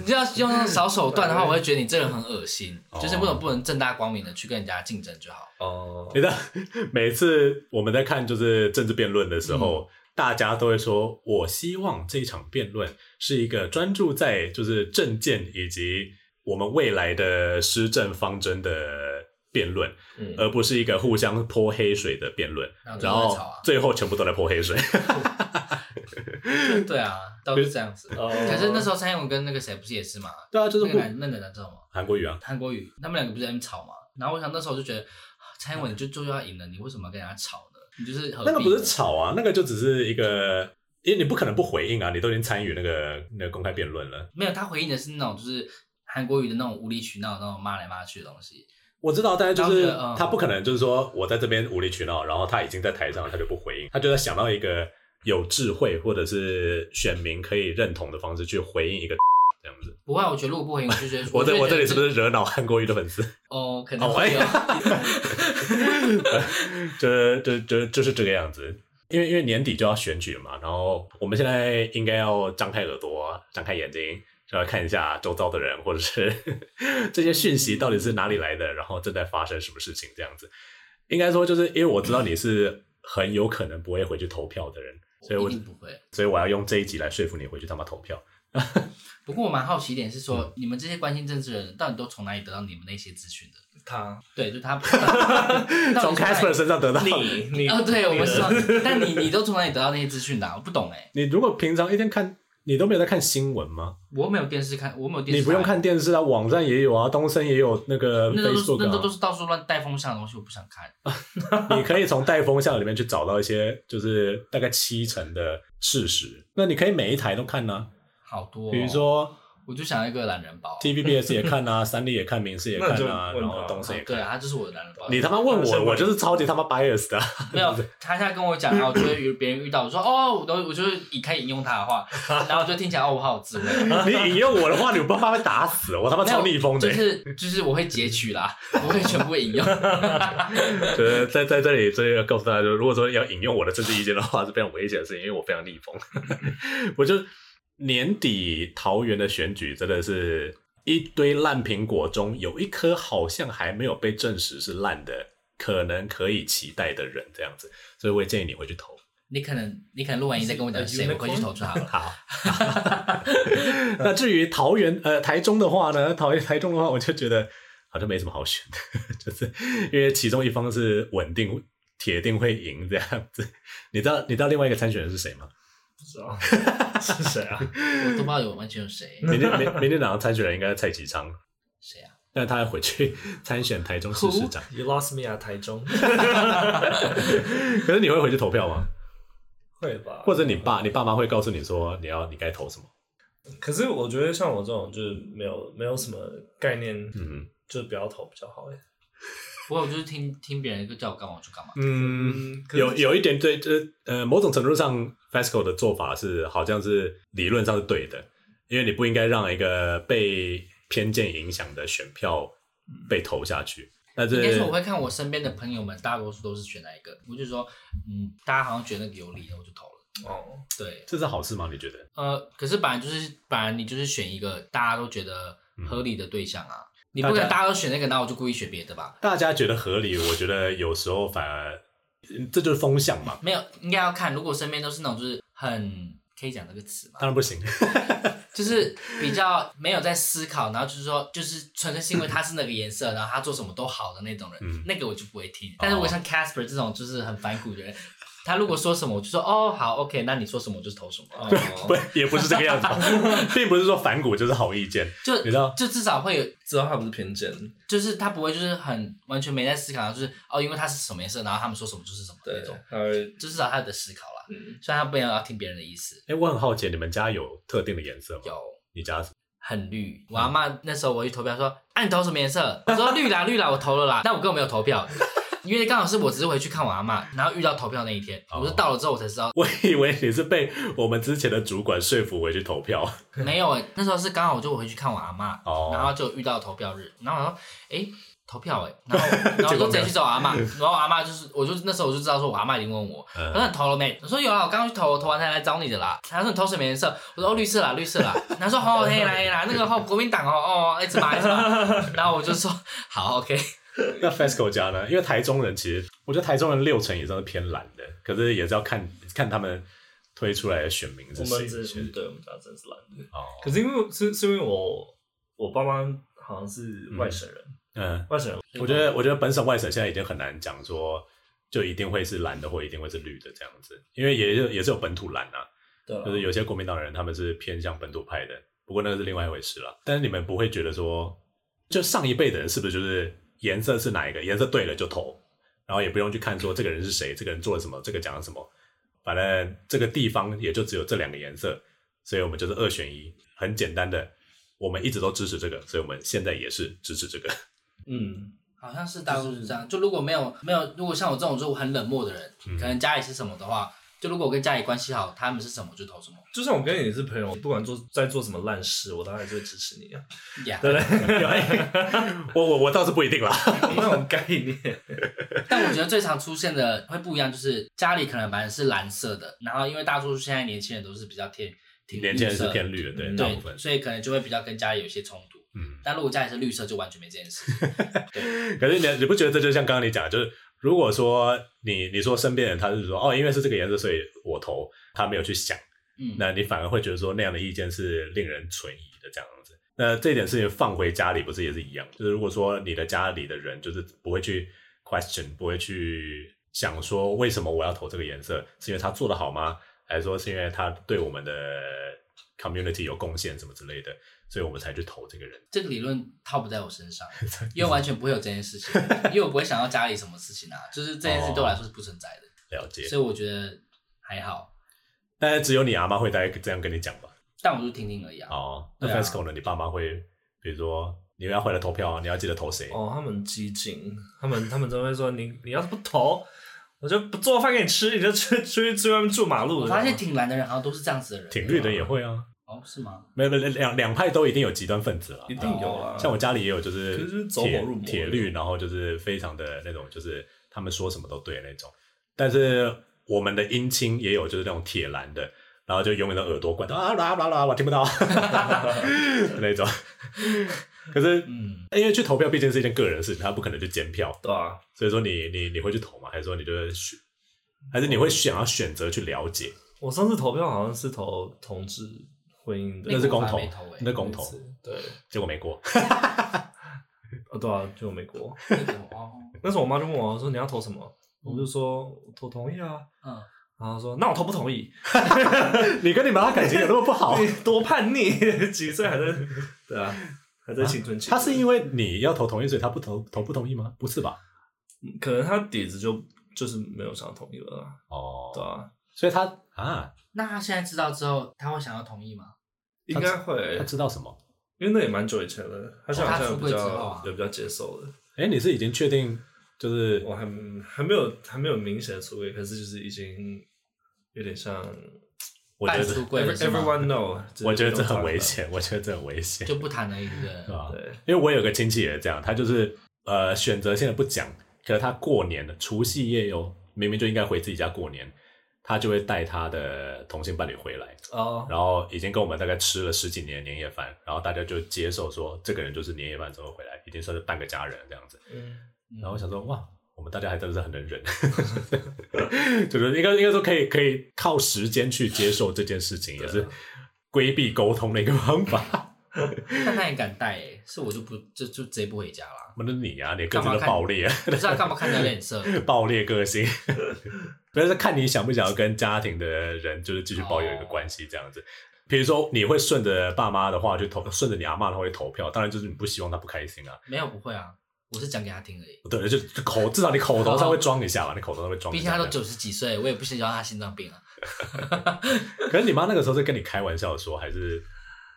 Speaker 3: 你就要用那种小手段的话，我会觉得你这个人很恶心。
Speaker 2: 哦
Speaker 3: 就是为什么不能正大光明的去跟人家竞争就好？
Speaker 1: 哦
Speaker 2: 你，知道 每次我们在看就是政治辩论的时候，大家都会说，我希望这场辩论是一个专注在就是政见以及我们未来的施政方针的辩论，
Speaker 1: 嗯
Speaker 2: 而不是一个互相泼黑水的辩论。
Speaker 3: 然后就
Speaker 2: 然
Speaker 3: 在
Speaker 2: 后
Speaker 3: 吵啊，
Speaker 2: 最后全部都在泼黑水。
Speaker 3: 对啊，都是这样子。
Speaker 1: 哦
Speaker 3: 可是那时候蔡英文跟那个谁不是也是嘛？
Speaker 2: 对啊，就
Speaker 3: 那个男那个男知道吗？
Speaker 2: 韩国语啊，
Speaker 3: 韩国瑜他们两个不是在那边吵嘛？然后我想那时候我就觉得啊蔡英文你就就要赢了，你为什么要跟人家吵呢？你就是何必
Speaker 2: 那
Speaker 3: 呢
Speaker 2: 个不是吵啊，那个就只是一个，因为你不可能不回应啊，你都已经参与那个那个公开辩论了。
Speaker 3: 没有，他回应的是那种就是韩国瑜的那种无理取闹、那种骂来骂去的东西。
Speaker 2: 我知道，但是就是
Speaker 3: 然后就嗯
Speaker 2: 他不可能就是说我在这边无理取闹，然后他已经在台上，他就不回应，他就在想到一个有智慧或者是选民可以认同的方式去回应一个这样子。
Speaker 3: 不会，啊我觉得如果不回应，我就觉得
Speaker 2: 我
Speaker 3: 就
Speaker 2: 这
Speaker 3: 觉得
Speaker 2: 我这里是不是惹恼韩国瑜的粉丝？
Speaker 3: 哦，可
Speaker 2: 哦
Speaker 3: 能会有。
Speaker 2: 就是就就就是这个样子。因为因为年底就要选举了嘛，然后我们现在应该要张开耳朵、张开眼睛，就要看一下周遭的人或者是 这些讯息到底是哪里来的，然后正在发生什么事情这样子。应该说，就是因为我知道你是很有可能不会回去投票的人，所以我
Speaker 3: 一定不会。
Speaker 2: 所以我要用这一集来说服你回去他妈投票。
Speaker 3: 不过我蛮好奇一点是说，
Speaker 2: 嗯
Speaker 3: 你们这些关心政治的人，到底都从哪里得到你们那些资讯的？
Speaker 1: 他
Speaker 3: 对，就 他
Speaker 2: 从 Casper 身上得 到
Speaker 1: 你 你
Speaker 3: 啊、哦，对我
Speaker 1: 你
Speaker 3: 们
Speaker 1: 的
Speaker 3: 是吗，但你你都从哪里得到那些资讯的啊、我不懂哎、
Speaker 2: 你如果平常一天看，你都没有在看新闻吗？
Speaker 3: 我没有电视看，我没有电视，
Speaker 2: 你不用，看电视啊，网站也有啊，东森也有那个
Speaker 3: 那都是
Speaker 2: Facebook
Speaker 3: 那都都
Speaker 2: 啊。
Speaker 3: 是到处乱带风向的东西，我不想看。
Speaker 2: 你可以从带风向里面去找到一些，就是大概七成的事实。那你可以每一台都看呢、
Speaker 3: 好多、哦
Speaker 2: 啊，比如，说
Speaker 3: 我就想要一个懒人包。
Speaker 2: TVBS 也看啊，三立也看，明视也看
Speaker 1: 那你就
Speaker 2: 啊，
Speaker 1: 问
Speaker 2: 然
Speaker 1: 他
Speaker 2: 后
Speaker 1: 啊
Speaker 2: 东森也
Speaker 3: 对
Speaker 2: 看。
Speaker 3: 啊，他就是我的懒人包。
Speaker 2: 你他妈问
Speaker 1: 那先
Speaker 2: 我，
Speaker 1: 问
Speaker 2: 我就是超级他妈 bias 的啊、
Speaker 3: 没有，他现在跟我讲，然后我就会与别人遇到，我说哦，我都我就是以开引用他的 话，然后我就听起来哦，我好有智慧。
Speaker 2: 你引用我的话，你不怕被打死？我他妈
Speaker 3: 没 有
Speaker 2: 超逆风的、
Speaker 3: 就是就是我会截取啦， 我会全部引用。
Speaker 2: 就是在在这里，这里要告诉大家，就是如果说要引用我的政治意见的话，是非常危险的事情，因为我非常逆风。 我就年底桃园的选举真的是一堆烂苹果中有一颗好像还没有被证实是烂的，可能可以期待的人这样子，所以我也建议你回去投。
Speaker 3: 你可能你可能录完音再跟我讲谁，我回去投出好了。
Speaker 2: 好， 那至于桃园呃台中的话呢，桃台中的话，我就觉得好像没什么好选的， 就是因为其中一方是稳定铁定会赢这样子。你知道你知道另外一个参选人是谁吗？
Speaker 1: 不 知道是谁啊？
Speaker 3: 我都不知道有完全有 谁
Speaker 2: 民进民民进党的参选人应该是蔡其昌，
Speaker 3: 谁啊？
Speaker 2: 但他要回去参选台中市市长。
Speaker 1: You lost me at 台中，
Speaker 2: 可是你会回去投票吗？
Speaker 1: 会吧？
Speaker 2: 或者你爸你爸妈会告诉你说你要你该投什么？
Speaker 1: 嗯可是我觉得像我这种就是没有没有什么概念，
Speaker 2: 嗯
Speaker 1: 就不要投比较好哎。
Speaker 3: 不过我就是听听别人叫我干嘛我就干嘛。
Speaker 2: 嗯。
Speaker 1: 嗯，可是
Speaker 2: 有有一点对，就是呃，某种程度上，FESCO 的做法是好像是理论上是对的，因为你不应该让一个被偏见影响的选票被投下去。但
Speaker 3: 应该
Speaker 2: 是
Speaker 3: 说我会看我身边的朋友们，大多数都是选哪一个，我就说，嗯，大家好像觉得那个有理的，我就投了。
Speaker 1: 哦，
Speaker 3: 对，
Speaker 2: 这是好事吗？你觉得？
Speaker 3: 呃，可是本来就是本来你就是选一个大家都觉得合理的对象啊，你不可能
Speaker 2: 嗯大家
Speaker 3: 大家都选那个，那我就故意选别的吧？
Speaker 2: 大家觉得合理，我觉得有时候反而嗯这就是风向嘛。
Speaker 3: 没有，应该要看，如果身边都是那种就是很可以讲这个词吗？
Speaker 2: 当然不行，
Speaker 3: 就是比较没有在思考，然后就是说，就是纯粹是因为他是那个颜色，然后他做什么都好的那种人，
Speaker 2: 嗯
Speaker 3: 那个我就不会听。但是我像 Casper 这种就是很反骨的人，他如果说什么，我就说哦好 OK，那你说什么我就投什么，
Speaker 1: 哦
Speaker 2: 不也不是这个样子吧，
Speaker 3: 哦
Speaker 2: 并不是说反骨就是好意见，
Speaker 3: 就
Speaker 2: 你知道
Speaker 3: 就至少会有，
Speaker 1: 知道他不是偏见，
Speaker 3: 就是他不会就是很完全没在思考，然后就是哦因为他是什么颜色，然后他们说什么就是什么
Speaker 1: 对
Speaker 3: 那种，，
Speaker 1: 他会
Speaker 3: 就至少他有的思考啦。
Speaker 1: 嗯，
Speaker 3: 虽然他不想要听别人的意思，
Speaker 2: 哎、我很好奇，你们家有特定的颜色吗？
Speaker 3: 有。
Speaker 2: 你家是
Speaker 3: 很绿，我阿
Speaker 1: 嗯
Speaker 3: 妈那时候我去投票说，啊你投什么颜色？我说绿啦绿啦，我投了啦，但我根本没有投票，因为刚好是我只是回去看我阿妈，然后遇到投票那一天，
Speaker 2: 哦
Speaker 3: 我是到了之后我才知道，
Speaker 2: 我以为你是被我们之前的主管说服回去投票。
Speaker 3: 没有、欸，那时候是刚好我就回去看我阿妈，
Speaker 2: 哦
Speaker 3: 然后就遇到投票日，然后我说，哎、投票哎、然后然后
Speaker 2: 结果
Speaker 3: 我就
Speaker 2: 没
Speaker 3: 直
Speaker 2: 有
Speaker 3: 接去找我阿妈，然后我阿妈就是，我就那时候我就知道说我阿妈已经问我，我说
Speaker 2: 嗯
Speaker 3: 你投了没？我说有啊，我刚刚去投，我投完才来找你的啦。他说你投什么颜色？我说哦绿色啦，绿色啦。他说哦黑啦黑啦，那个哦国民党哦哦一直骂一直骂。然后我就说好 OK，
Speaker 2: 那 FESCO 家呢？因为台中人其实，我觉得台中人六成以上是偏蓝的，可是也是要看看他们推出来的选民
Speaker 1: 我
Speaker 2: 是谁。
Speaker 1: 们真是对我们家真是懒的。
Speaker 2: 哦，
Speaker 1: 可是因为是是因为我我爸妈好像是外省人，
Speaker 2: 嗯，
Speaker 1: 外省人
Speaker 2: 我觉得我觉得本省外省现在已经很难讲说就一定会是蓝的或一定会是绿的这样子，因为也有也是有本土蓝啊，
Speaker 1: 对啊
Speaker 2: 就是有些国民党人他们是偏向本土派的，不过那个是另外一回事了。但是你们不会觉得说，就上一辈的人是不是就是颜色是哪一个，颜色对了就投，然后也不用去看说这个人是谁，这个人做了什么，这个讲了什么，反正这个地方也就只有这两个颜色，所以我们就是二选一，很简单的。我们一直都支持这个，所以我们现在也是支持这个。
Speaker 1: 嗯，
Speaker 3: 好像
Speaker 2: 嗯
Speaker 3: 是大陆是这样。就如果没有没有，如果像我这种就很冷漠的人，可能家里是什么的话，就如果我跟家里关系好，他们是什么我就投什么。
Speaker 1: 就算我跟你是朋友，不管做在做什么烂事，我当然还是会支持你啊，
Speaker 3: 呀、
Speaker 1: 对不对？
Speaker 2: 我我我倒是不一定啦。
Speaker 1: 那种概念，
Speaker 3: 但我觉得最常出现的会不一样，就是家里可能本来是蓝色的，然后因为大多数现在年轻人都是比较偏挺
Speaker 2: 年轻人是偏绿的，对，
Speaker 1: 嗯
Speaker 2: 大部分
Speaker 3: 对，。所以可能就会比较跟家里有一些冲突。
Speaker 2: 嗯，
Speaker 3: 但如果家里是绿色，就完全没这件事 情。
Speaker 2: 可是你你不觉得这就像刚刚你讲的，就是如果说你你说身边人他是说哦，因为是这个颜色，所以我投，他没有去想，
Speaker 3: 嗯，
Speaker 2: 那你反而会觉得说那样的意见是令人存疑的这样子。那这点事情放回家里不是也是一样吗？就是如果说你的家里的人就是不会去 question，不会去想说为什么我要投这个颜色，是因为他做的好吗？还是说是因为他对我们的 community 有贡献什么之类的，所以我们才去投这个人？
Speaker 3: 这个理论套不在我身 上，因为完全不会有这件事情，因为我不会想到家里什么事情啊，就是这件
Speaker 2: 哦
Speaker 3: 事对我来说是不存在的，
Speaker 2: 了解。
Speaker 3: 所以我觉得还好，
Speaker 2: 但是只有你阿妈会大概这样跟你讲吧？
Speaker 3: 但我就听听而已啊。
Speaker 2: 哦，那
Speaker 3: 对啊
Speaker 2: FESCO 呢？你爸妈会比如说你要回来投票啊，你要记得投谁？
Speaker 1: 哦，他们激进，他们他们都会说你你要是不投，我就不做饭给你吃，你就出出去出去外面住马路
Speaker 3: 我
Speaker 1: 了。
Speaker 3: 发现挺蓝的人好像都是这样子的人，
Speaker 2: 挺绿的也会啊，
Speaker 3: 哦，是吗？
Speaker 2: 没有没有两两派都一定有极端分子了
Speaker 1: 一。定有啊，
Speaker 2: 像我家里也有，就是
Speaker 1: 可是走火
Speaker 2: 铁
Speaker 1: 入魔
Speaker 2: 铁律，然后就是非常的那种，就是他们说什么都对那种。但是我们的姻亲也有，就是那种铁蓝的，然后就永远的耳朵关到啊啦啦啦，我听 不到那种。可是，
Speaker 3: 嗯，
Speaker 2: 因为去投票毕竟是一件个人的事情，他不可能去监票，
Speaker 1: 对啊，
Speaker 2: 所以说你你你会去投吗？还是说你就是选，
Speaker 3: 嗯
Speaker 2: 还是你会想要选择去了解？
Speaker 1: 我上次投票好像是投同志婚姻的，
Speaker 2: 那是公
Speaker 3: 我
Speaker 2: 投
Speaker 3: 还没投欸，
Speaker 2: 那公投，
Speaker 1: 对，
Speaker 2: 结果没过。
Speaker 1: 哦对啊，就美国。
Speaker 3: 那个哦，
Speaker 1: 那时候我妈就问我说你要投什么，我就说我投同意啊，
Speaker 3: 嗯，
Speaker 1: 然后她说那我投不同意，
Speaker 2: 你跟你妈感情有那么不 好？
Speaker 1: 多叛逆，几岁还在，对啊，还在青春期。
Speaker 2: 啊他是因为你要投同意，所以他不投投不同意吗？不是吧？
Speaker 1: 可能他底子就就是没有想要同意了啊，
Speaker 2: 哦，
Speaker 1: 对啊，
Speaker 2: 所以他啊，
Speaker 3: 那他现在知道之后，他会想要同意吗？
Speaker 1: 应该会
Speaker 2: 他，知道什么？
Speaker 1: 因为那也蛮久以前了，他现在好
Speaker 3: 他出
Speaker 1: 像比
Speaker 3: 柜之后啊
Speaker 1: 较也比较接受了。
Speaker 2: 哎，你是已经确定就是
Speaker 1: 我还还没有还没有明显的出轨，可是就是已经有点像
Speaker 2: 我觉
Speaker 3: 半
Speaker 2: 得
Speaker 3: 出柜了
Speaker 1: every-
Speaker 3: 是吗
Speaker 1: everyone know，只是
Speaker 2: 我觉得
Speaker 1: 不
Speaker 2: 这
Speaker 1: 用
Speaker 2: 很
Speaker 1: 传
Speaker 2: 危
Speaker 1: 了。
Speaker 2: 险，我觉得这很危险，
Speaker 3: 就不谈了，对不对？
Speaker 2: 是吧？
Speaker 1: 对，
Speaker 2: 因为我有个亲戚也是这样，他就是呃选择性的不讲，可是他过年的除夕夜哟，明明就应该回自己家过年，他就会带他的同性伴侣回来，
Speaker 1: 哦，
Speaker 2: 然后已经跟我们大概吃了十几年的年夜饭，然后大家就接受说这个人就是年夜饭之后回来，已经算是半个家人了这样子。
Speaker 1: 嗯，
Speaker 3: 嗯
Speaker 2: 然后我想说，哇，我们大家还真的是很能忍，就是应该应该说可以可以靠时间去接受这件事情，也是规避沟通的一个方法。
Speaker 3: 但他也敢带欸，是我就不就就直接不回 家啦。
Speaker 2: 不是你啊，你个性
Speaker 3: 干嘛
Speaker 2: 的
Speaker 3: 看
Speaker 2: 爆裂，
Speaker 3: 不知道干嘛看他脸色，
Speaker 2: 爆裂个性。 但是看你想不想要跟家庭的人就是继续保有一
Speaker 3: 哦
Speaker 2: 个关系这样子。比如说，你会顺着爸妈的话去投，顺着你阿妈的话去投票，当然就是你不希望他不开心啊。
Speaker 3: 没有不会啊，我是讲给他听而已。
Speaker 2: 对，就就口至少你口头上会装一下吧，你口头上会装一
Speaker 3: 毕
Speaker 2: 下
Speaker 3: 竟
Speaker 2: 这
Speaker 3: 他
Speaker 2: 样。
Speaker 3: 都九十几岁，我也不想要他心脏病啊。
Speaker 2: 可是你妈那个时候是跟你开玩笑说，还 是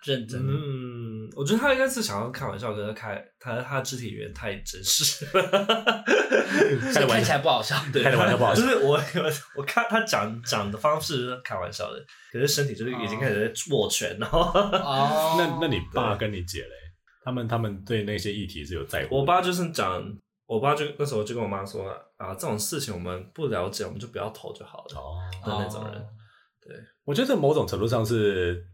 Speaker 3: 认真，
Speaker 1: 嗯，我觉得他应该是想要开玩笑，可是开他他肢体语言太真实了，
Speaker 2: 开的玩
Speaker 3: 看起
Speaker 2: 笑？
Speaker 3: 来不好笑。
Speaker 1: 对
Speaker 2: 开的玩笑不好意思
Speaker 1: 就是我我我看他讲讲的方式是开玩笑的，可是身体就是
Speaker 2: 哦
Speaker 1: 已经开始在握拳，然后
Speaker 3: 哦，
Speaker 2: 那那你爸跟你姐嘞？他们他们对那些议题是有在乎的
Speaker 1: 我爸就是讲，我爸就那时候就跟我妈说啊，这种事情我们不了解，我们就不要投就好了
Speaker 2: 哦，
Speaker 1: 的那种人。
Speaker 2: 我觉得在某种程度上是，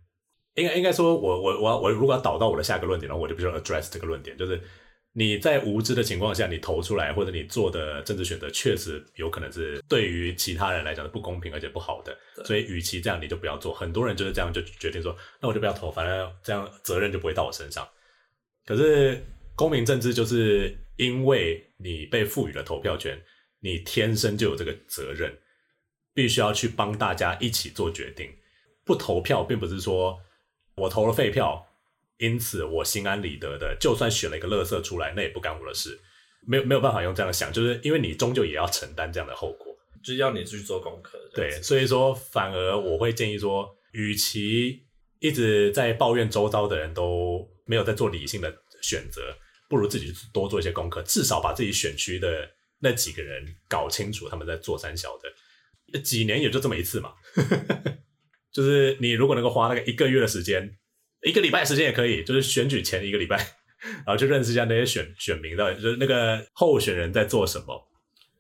Speaker 2: 应该应该说我，我我要我如果要导到我的下一个论点，然后我就必须要 address 这个论点，就是你在无知的情况下，你投出来或者你做的政治选择，确实有可能是对于其他人来讲是不公平而且不好的，
Speaker 1: 对
Speaker 2: 所以与其这样，你就不要做。很多人就是这样就决定说，那我就不要投，反正这样责任就不会到我身上。可是公民政治就是因为你被赋予了投票权，你天生就有这个责任，必须要去帮大家一起做决定。不投票，并不是说我投了废票，因此我心安理得的，就算选了一个垃圾出来，那也不干我的事。没有没有办法用这样想，就是因为你终究也要承担这样的后果。
Speaker 1: 就是要你去做功课。这
Speaker 2: 对
Speaker 1: 样，子
Speaker 2: 所以说反而我会建议说，与其一直在抱怨周遭的人都没有在做理性的选择，不如自己多做一些功课，至少把自己选区的那几个人搞清楚他们在做三小的。几年也就这么一次嘛。就是你如果能够花那个一个月的时间，一个礼拜的时间也可以，就是选举前一个礼拜，然后去认识一下那些选选民到底就是那个候选人在做什么，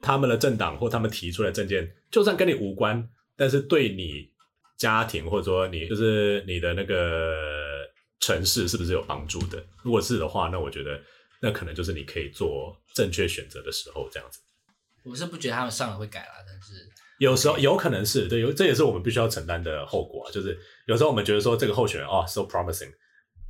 Speaker 2: 他们的政党或他们提出来的政见，就算跟你无关，但是对你家庭或者说你就是你的那个城市是不是有帮助的？如果是的话，那我觉得那可能就是你可以做正确选择的时候，这样子。
Speaker 3: 我是不觉得他们上了会改啦，但是
Speaker 2: 有时候有可能是对，有这也是我们必须要承担的后果、啊，就是有时候我们觉得说这个候选人哦 so promising，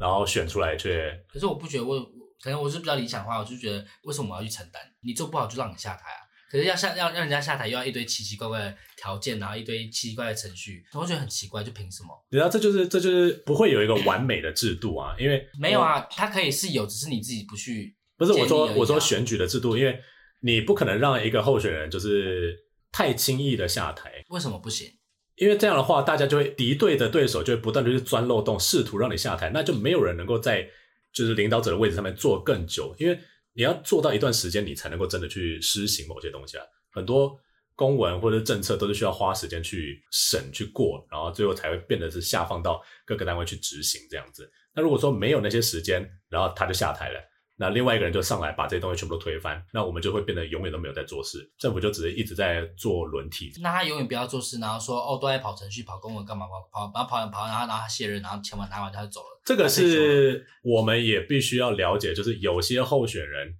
Speaker 2: 然后选出来却
Speaker 3: 可是我不觉得我，我可能我是比较理想化，我就觉得为什么我要去承担？你做不好就让你下台啊！可是要下让让人家下台，又要一堆奇奇怪怪的条件，然后一堆奇奇怪怪的程序，我觉得很奇怪，就凭什么？
Speaker 2: 你知道这就是这就是不会有一个完美的制度啊，因为
Speaker 3: 没有啊，他可以是有，只是你自己不去
Speaker 2: 不是我
Speaker 3: 建
Speaker 2: 说
Speaker 3: 立而已啊
Speaker 2: 我说选举的制度，因为你不可能让一个候选人就是太轻易的下台，
Speaker 3: 为什么不行？
Speaker 2: 因为这样的话，大家就会敌对的对手就会不断的去钻漏洞，试图让你下台，那就没有人能够在就是领导者的位置上面坐更久，因为你要做到一段时间，你才能够真的去施行某些东西啊。很多公文或者政策都是需要花时间去审去过，然后最后才会变得是下放到各个单位去执行这样子。那如果说没有那些时间，然后他就下台了。那另外一个人就上来把这些东西全部都推翻，那我们就会变得永远都没有在做事，政府就只是一直在做轮替。
Speaker 3: 那他永远不要做事，然后说哦都在跑程序、跑公文干嘛跑跑，然后跑完跑完，然后然后他卸任，然后钱完拿完他就走了。
Speaker 2: 这个
Speaker 3: 那可
Speaker 2: 是我们也必须要了解，就是有些候选人，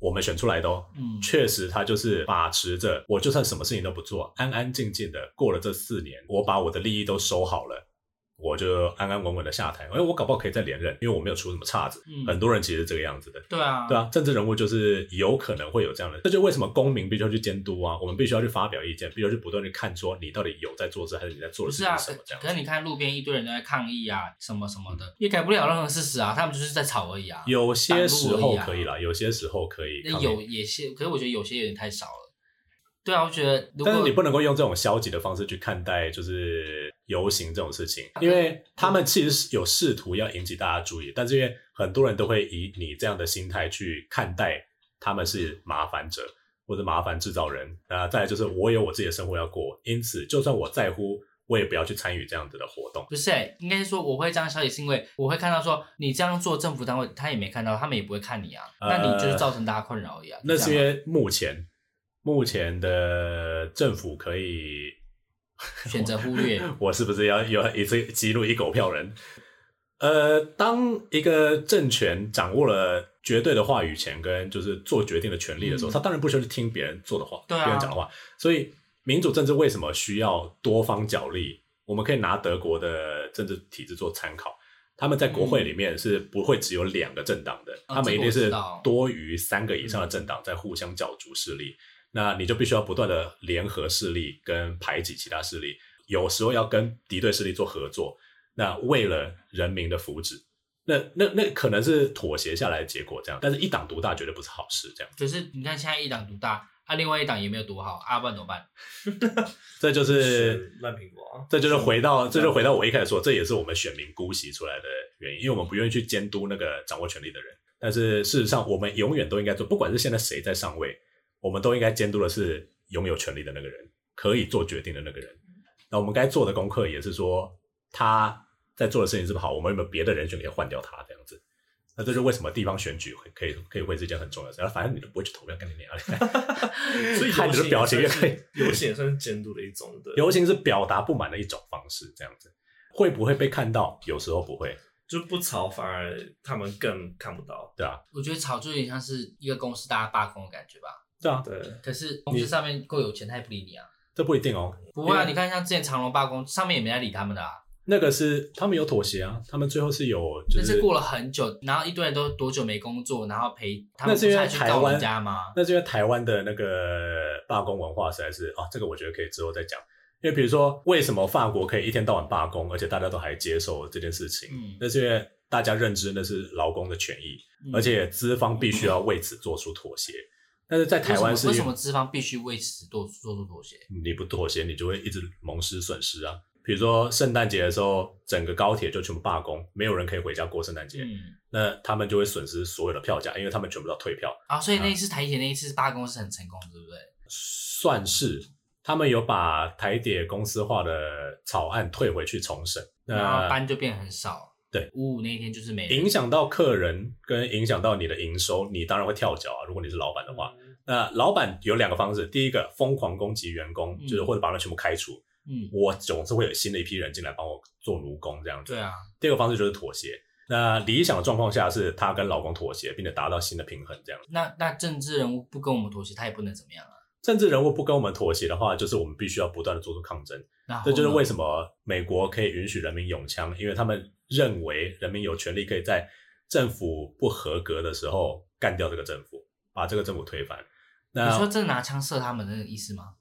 Speaker 2: 我们选出来的哦，
Speaker 3: 嗯，
Speaker 2: 确实他就是把持着，我就算什么事情都不做，安安静静的过了这四年，我把我的利益都收好了，我就安安稳稳的下台。哎，我搞不好可以再连任，因为我没有出什么岔子。
Speaker 3: 嗯
Speaker 2: 很多人其实是这个样子的。
Speaker 3: 对啊，
Speaker 2: 对啊，政治人物就是有可能会有这样的，这就为什么公民必须要去监督啊，我们必须要去发表意见，必须要去不断去看说你到底有在做事，还是你在做
Speaker 3: 不
Speaker 2: 的事
Speaker 3: 是
Speaker 2: 情
Speaker 3: 啊，
Speaker 2: 是什
Speaker 3: 可
Speaker 2: 么这样子
Speaker 3: 可是你看路边一堆人都在抗议啊，什么什么的，也改不了任何事实啊，他们就是在吵而已啊。
Speaker 2: 有些时候
Speaker 3: 挡路而已啊
Speaker 2: 可以啦，有些时候可以
Speaker 3: 那
Speaker 2: 抗议。
Speaker 3: 有也些，可是我觉得有些有点太少了。对啊，我觉得如果
Speaker 2: 但是你不能够用这种消极的方式去看待，就是游行这种事情，
Speaker 3: 啊
Speaker 2: 因为他
Speaker 3: 嗯
Speaker 2: 们其实是有试图要引起大家注意，但是因为很多人都会以你这样的心态去看待他们
Speaker 3: 嗯
Speaker 2: 是麻烦者或者麻烦制造人。那再来就是我有我自己的生活要过，因此就算我在乎，我也不要去参与这样子的活动。
Speaker 3: 不是、欸，应该是说我会这样消息，是因为我会看到说你这样做，政府单位他也没看到，他们也不会看你啊，
Speaker 2: 呃
Speaker 3: 那你就是造成大家困扰而已啊。
Speaker 2: 那是因
Speaker 3: 这样
Speaker 2: 为目前目前的政府可以
Speaker 3: 啊选择忽略，
Speaker 2: 我是不是要有一次激怒一狗票人？呃，当一个政权掌握了绝对的话语权跟就是做决定的权利的时候，
Speaker 3: 嗯
Speaker 2: 他当然不需要去听别人做的话，
Speaker 3: 对啊
Speaker 2: 别人讲的话。所以民主政治为什么需要多方角力？我们可以拿德国的政治体制做参考，他们在国会里面是不会只有两个政党的，
Speaker 3: 啊
Speaker 2: 他们一定
Speaker 3: 嗯这个我
Speaker 2: 是
Speaker 3: 知道
Speaker 2: 多于三个以上的政党在互相角逐势力。那你就必须要不断的联合势力跟排挤其他势力，有时候要跟敌对势力做合作。那为了人民的福祉，那那那可能是妥协下来的结果，这样。但是一党独大绝对不是好事，这样。
Speaker 3: 就是你看现在一党独大，啊，另外一党也没有多好，啊，不然怎么办？
Speaker 2: 这就是
Speaker 1: 烂苹果啊，
Speaker 2: 这就是回到这就是回到我一开始说，这也是我们选民姑息出来的原因，因为我们不愿意去监督那个掌握权力的人。但是事实上，我们永远都应该做，不管是现在谁在上位，我们都应该监督的是拥有权力的那个人，可以做决定的那个人。那我们该做的功课也是说，他在做的事情是不是好，我们有没有别的人选可以换掉他这样子？那这就是为什么地方选举会可以可以会是一件很重要的事。然后反正你都不会去投票，跟你娘嘞！
Speaker 1: 所以
Speaker 2: 看
Speaker 1: 游
Speaker 2: 你
Speaker 1: 行
Speaker 2: 的表情
Speaker 1: 也
Speaker 2: 越看
Speaker 1: 算是，游行也算是监督的一种的，
Speaker 2: 游行是表达不满的一种方式，这样子会不会被看到？有时候不会，
Speaker 1: 就不吵反而他们更看不到。
Speaker 2: 对啊，
Speaker 3: 我觉得吵就有点像是一个公司大家罢工的感觉吧。
Speaker 2: 对啊，
Speaker 1: 对，
Speaker 3: 可是公司上面够有钱，他也不理你啊。
Speaker 2: 这不一定哦。
Speaker 3: 不会啊，
Speaker 2: 因为
Speaker 3: 你看像之前长隆罢工，上面也没来理他们的啊。
Speaker 2: 那个是他们有妥协啊，他们最后是有就
Speaker 3: 但
Speaker 2: 是
Speaker 3: 是过了很久，然后一堆人都多久没工作，然后陪他
Speaker 2: 那
Speaker 3: 们不
Speaker 2: 是因
Speaker 3: 是还
Speaker 2: 为
Speaker 3: 去
Speaker 2: 台
Speaker 3: 告
Speaker 2: 湾
Speaker 3: 人家吗？
Speaker 2: 那是因为台湾的那个罢工文化实在是啊，这个我觉得可以之后再讲。因为比如说，为什么法国可以一天到晚罢工，而且大家都还接受这件事情？
Speaker 3: 嗯
Speaker 2: 那是因为大家认知那是劳工的权益，
Speaker 3: 嗯
Speaker 2: 而且资方必须要为此做出妥协。但是在台湾是
Speaker 3: 嗯为
Speaker 2: 因
Speaker 3: 什么资方必须为此做做出妥协？
Speaker 2: 你不妥协，你就会一直蒙失损失啊。比如说圣诞节的时候，整个高铁就全部罢工，没有人可以回家过圣诞节，
Speaker 3: 嗯
Speaker 2: 那他们就会损失所有的票价，因为他们全部都要退票。
Speaker 3: 啊，所以那一次台铁那一次罢工是很成功的，对不对？
Speaker 2: 算是他们有把台铁公司化的草案退回去重审，
Speaker 3: 然后
Speaker 2: 那
Speaker 3: 班就变很少。
Speaker 2: 对，
Speaker 3: 五五那一天就是没人
Speaker 2: 影响到客人跟影响到你的营收，你当然会跳脚啊。如果你是老板的话，
Speaker 3: 嗯
Speaker 2: 那老板有两个方式，第一个疯狂攻击员工，
Speaker 3: 嗯
Speaker 2: 就是或者把他们全部开除，
Speaker 3: 嗯，
Speaker 2: 我总是会有新的一批人进来帮我做奴工这样子。
Speaker 3: 对啊，
Speaker 2: 第二个方式就是妥协。那理想的状况下是她跟老公妥协，并且达到新的平衡这样子。
Speaker 3: 那那政治人物不跟我们妥协，他也不能怎么样啊。
Speaker 2: 政治人物不跟我们妥协的话，就是我们必须要不断的做出抗争。
Speaker 3: 那
Speaker 2: 这就是为
Speaker 3: 么
Speaker 2: 什么美国可以允许人民拥枪，因为他们认为人民有权利可以在政府不合格的时候干掉这个政府，把这个政府推翻。
Speaker 3: 你说
Speaker 2: 那
Speaker 3: 这拿枪射他们的那个意思吗？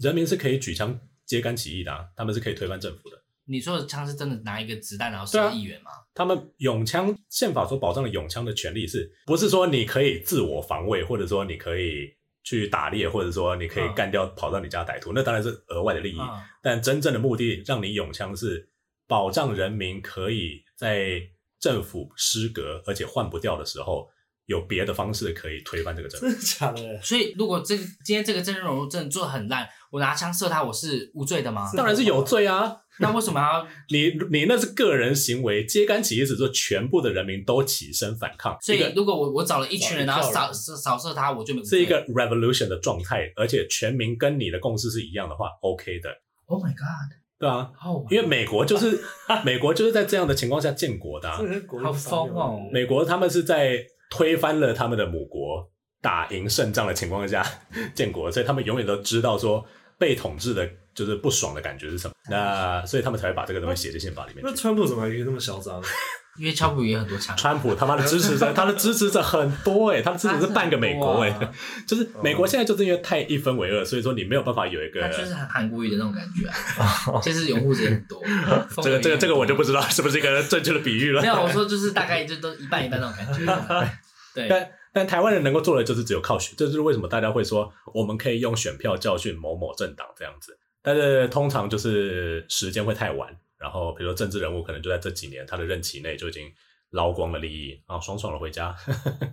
Speaker 2: 人民是可以举枪揭竿起义的、啊，他们是可以推翻政府的。
Speaker 3: 你说的枪是真的拿一个子弹然后
Speaker 2: 对
Speaker 3: 射
Speaker 2: 啊
Speaker 3: 议员吗？
Speaker 2: 他们拥枪宪法所保障的拥枪的权利是，不是说你可以自我防卫，或者说你可以去打猎，或者说你可以
Speaker 3: 嗯
Speaker 2: 干掉跑到你家歹徒，那当然是额外的利益。
Speaker 3: 啊，
Speaker 2: 但真正的目的，让你拥枪是保障人民可以在政府失格而且换不掉的时候，有别的方式可以推翻这个政府
Speaker 1: 真。的假的？
Speaker 3: 所以如果这个今天这个政治人物真的做的很烂，我拿枪射他，我是无罪的吗？
Speaker 2: 当然是有罪啊！
Speaker 3: 那为什么 要？
Speaker 2: 你你那是个人行为，揭竿起义只做全部的人民都起身反抗，
Speaker 3: 所
Speaker 2: 一个
Speaker 3: 以如果我我找了一群人，然
Speaker 1: 哇一
Speaker 3: 后
Speaker 1: 票
Speaker 3: 扫
Speaker 1: 人
Speaker 3: 扫扫射他，我就没
Speaker 2: 是一个 revolution 的状态，而且全民跟你的共识是一样的话，OK 的，
Speaker 3: Oh my God！
Speaker 2: 对啊，
Speaker 3: 哦，
Speaker 2: 因为美国就是美国就是在这样的情况下建国的、啊，
Speaker 1: 这是国际
Speaker 3: 好疯哦
Speaker 1: 上流
Speaker 2: 美国他们是在推翻了他们的母国，打赢胜仗的情况下 建国，所以他们永远都知道说被统治的就是不爽的感觉是什么，那所以他们才会把这个东西写进宪法里面
Speaker 1: 那
Speaker 2: 去。
Speaker 1: 川普怎么还可以那么嚣张？
Speaker 3: 因为乔布也很多枪，
Speaker 2: 川普他妈的支持 者，他的支持者很多哎、他的支持者是半个美国哎、
Speaker 3: 他是很多啊
Speaker 2: 就是美国现在就是因为太一分为二，所以说你没有办法有一个
Speaker 3: 他就是很韩国语的那种感觉啊，就是拥护者也很多。
Speaker 2: 哦 这个这个这个我就不
Speaker 3: 知
Speaker 2: 知道是不是一个正确的比喻了。
Speaker 3: 没有，我说就是大概就都一半一半那种感觉。对，
Speaker 2: 但但台湾人能够做的就是只有靠选，这就是为什么大家会说我们可以用选票教训某某政党这样子。但是通常就是时间会太晚，然后比如说政治人物可能就在这几年他的任期内就已经捞光了利益，然后爽爽的回家，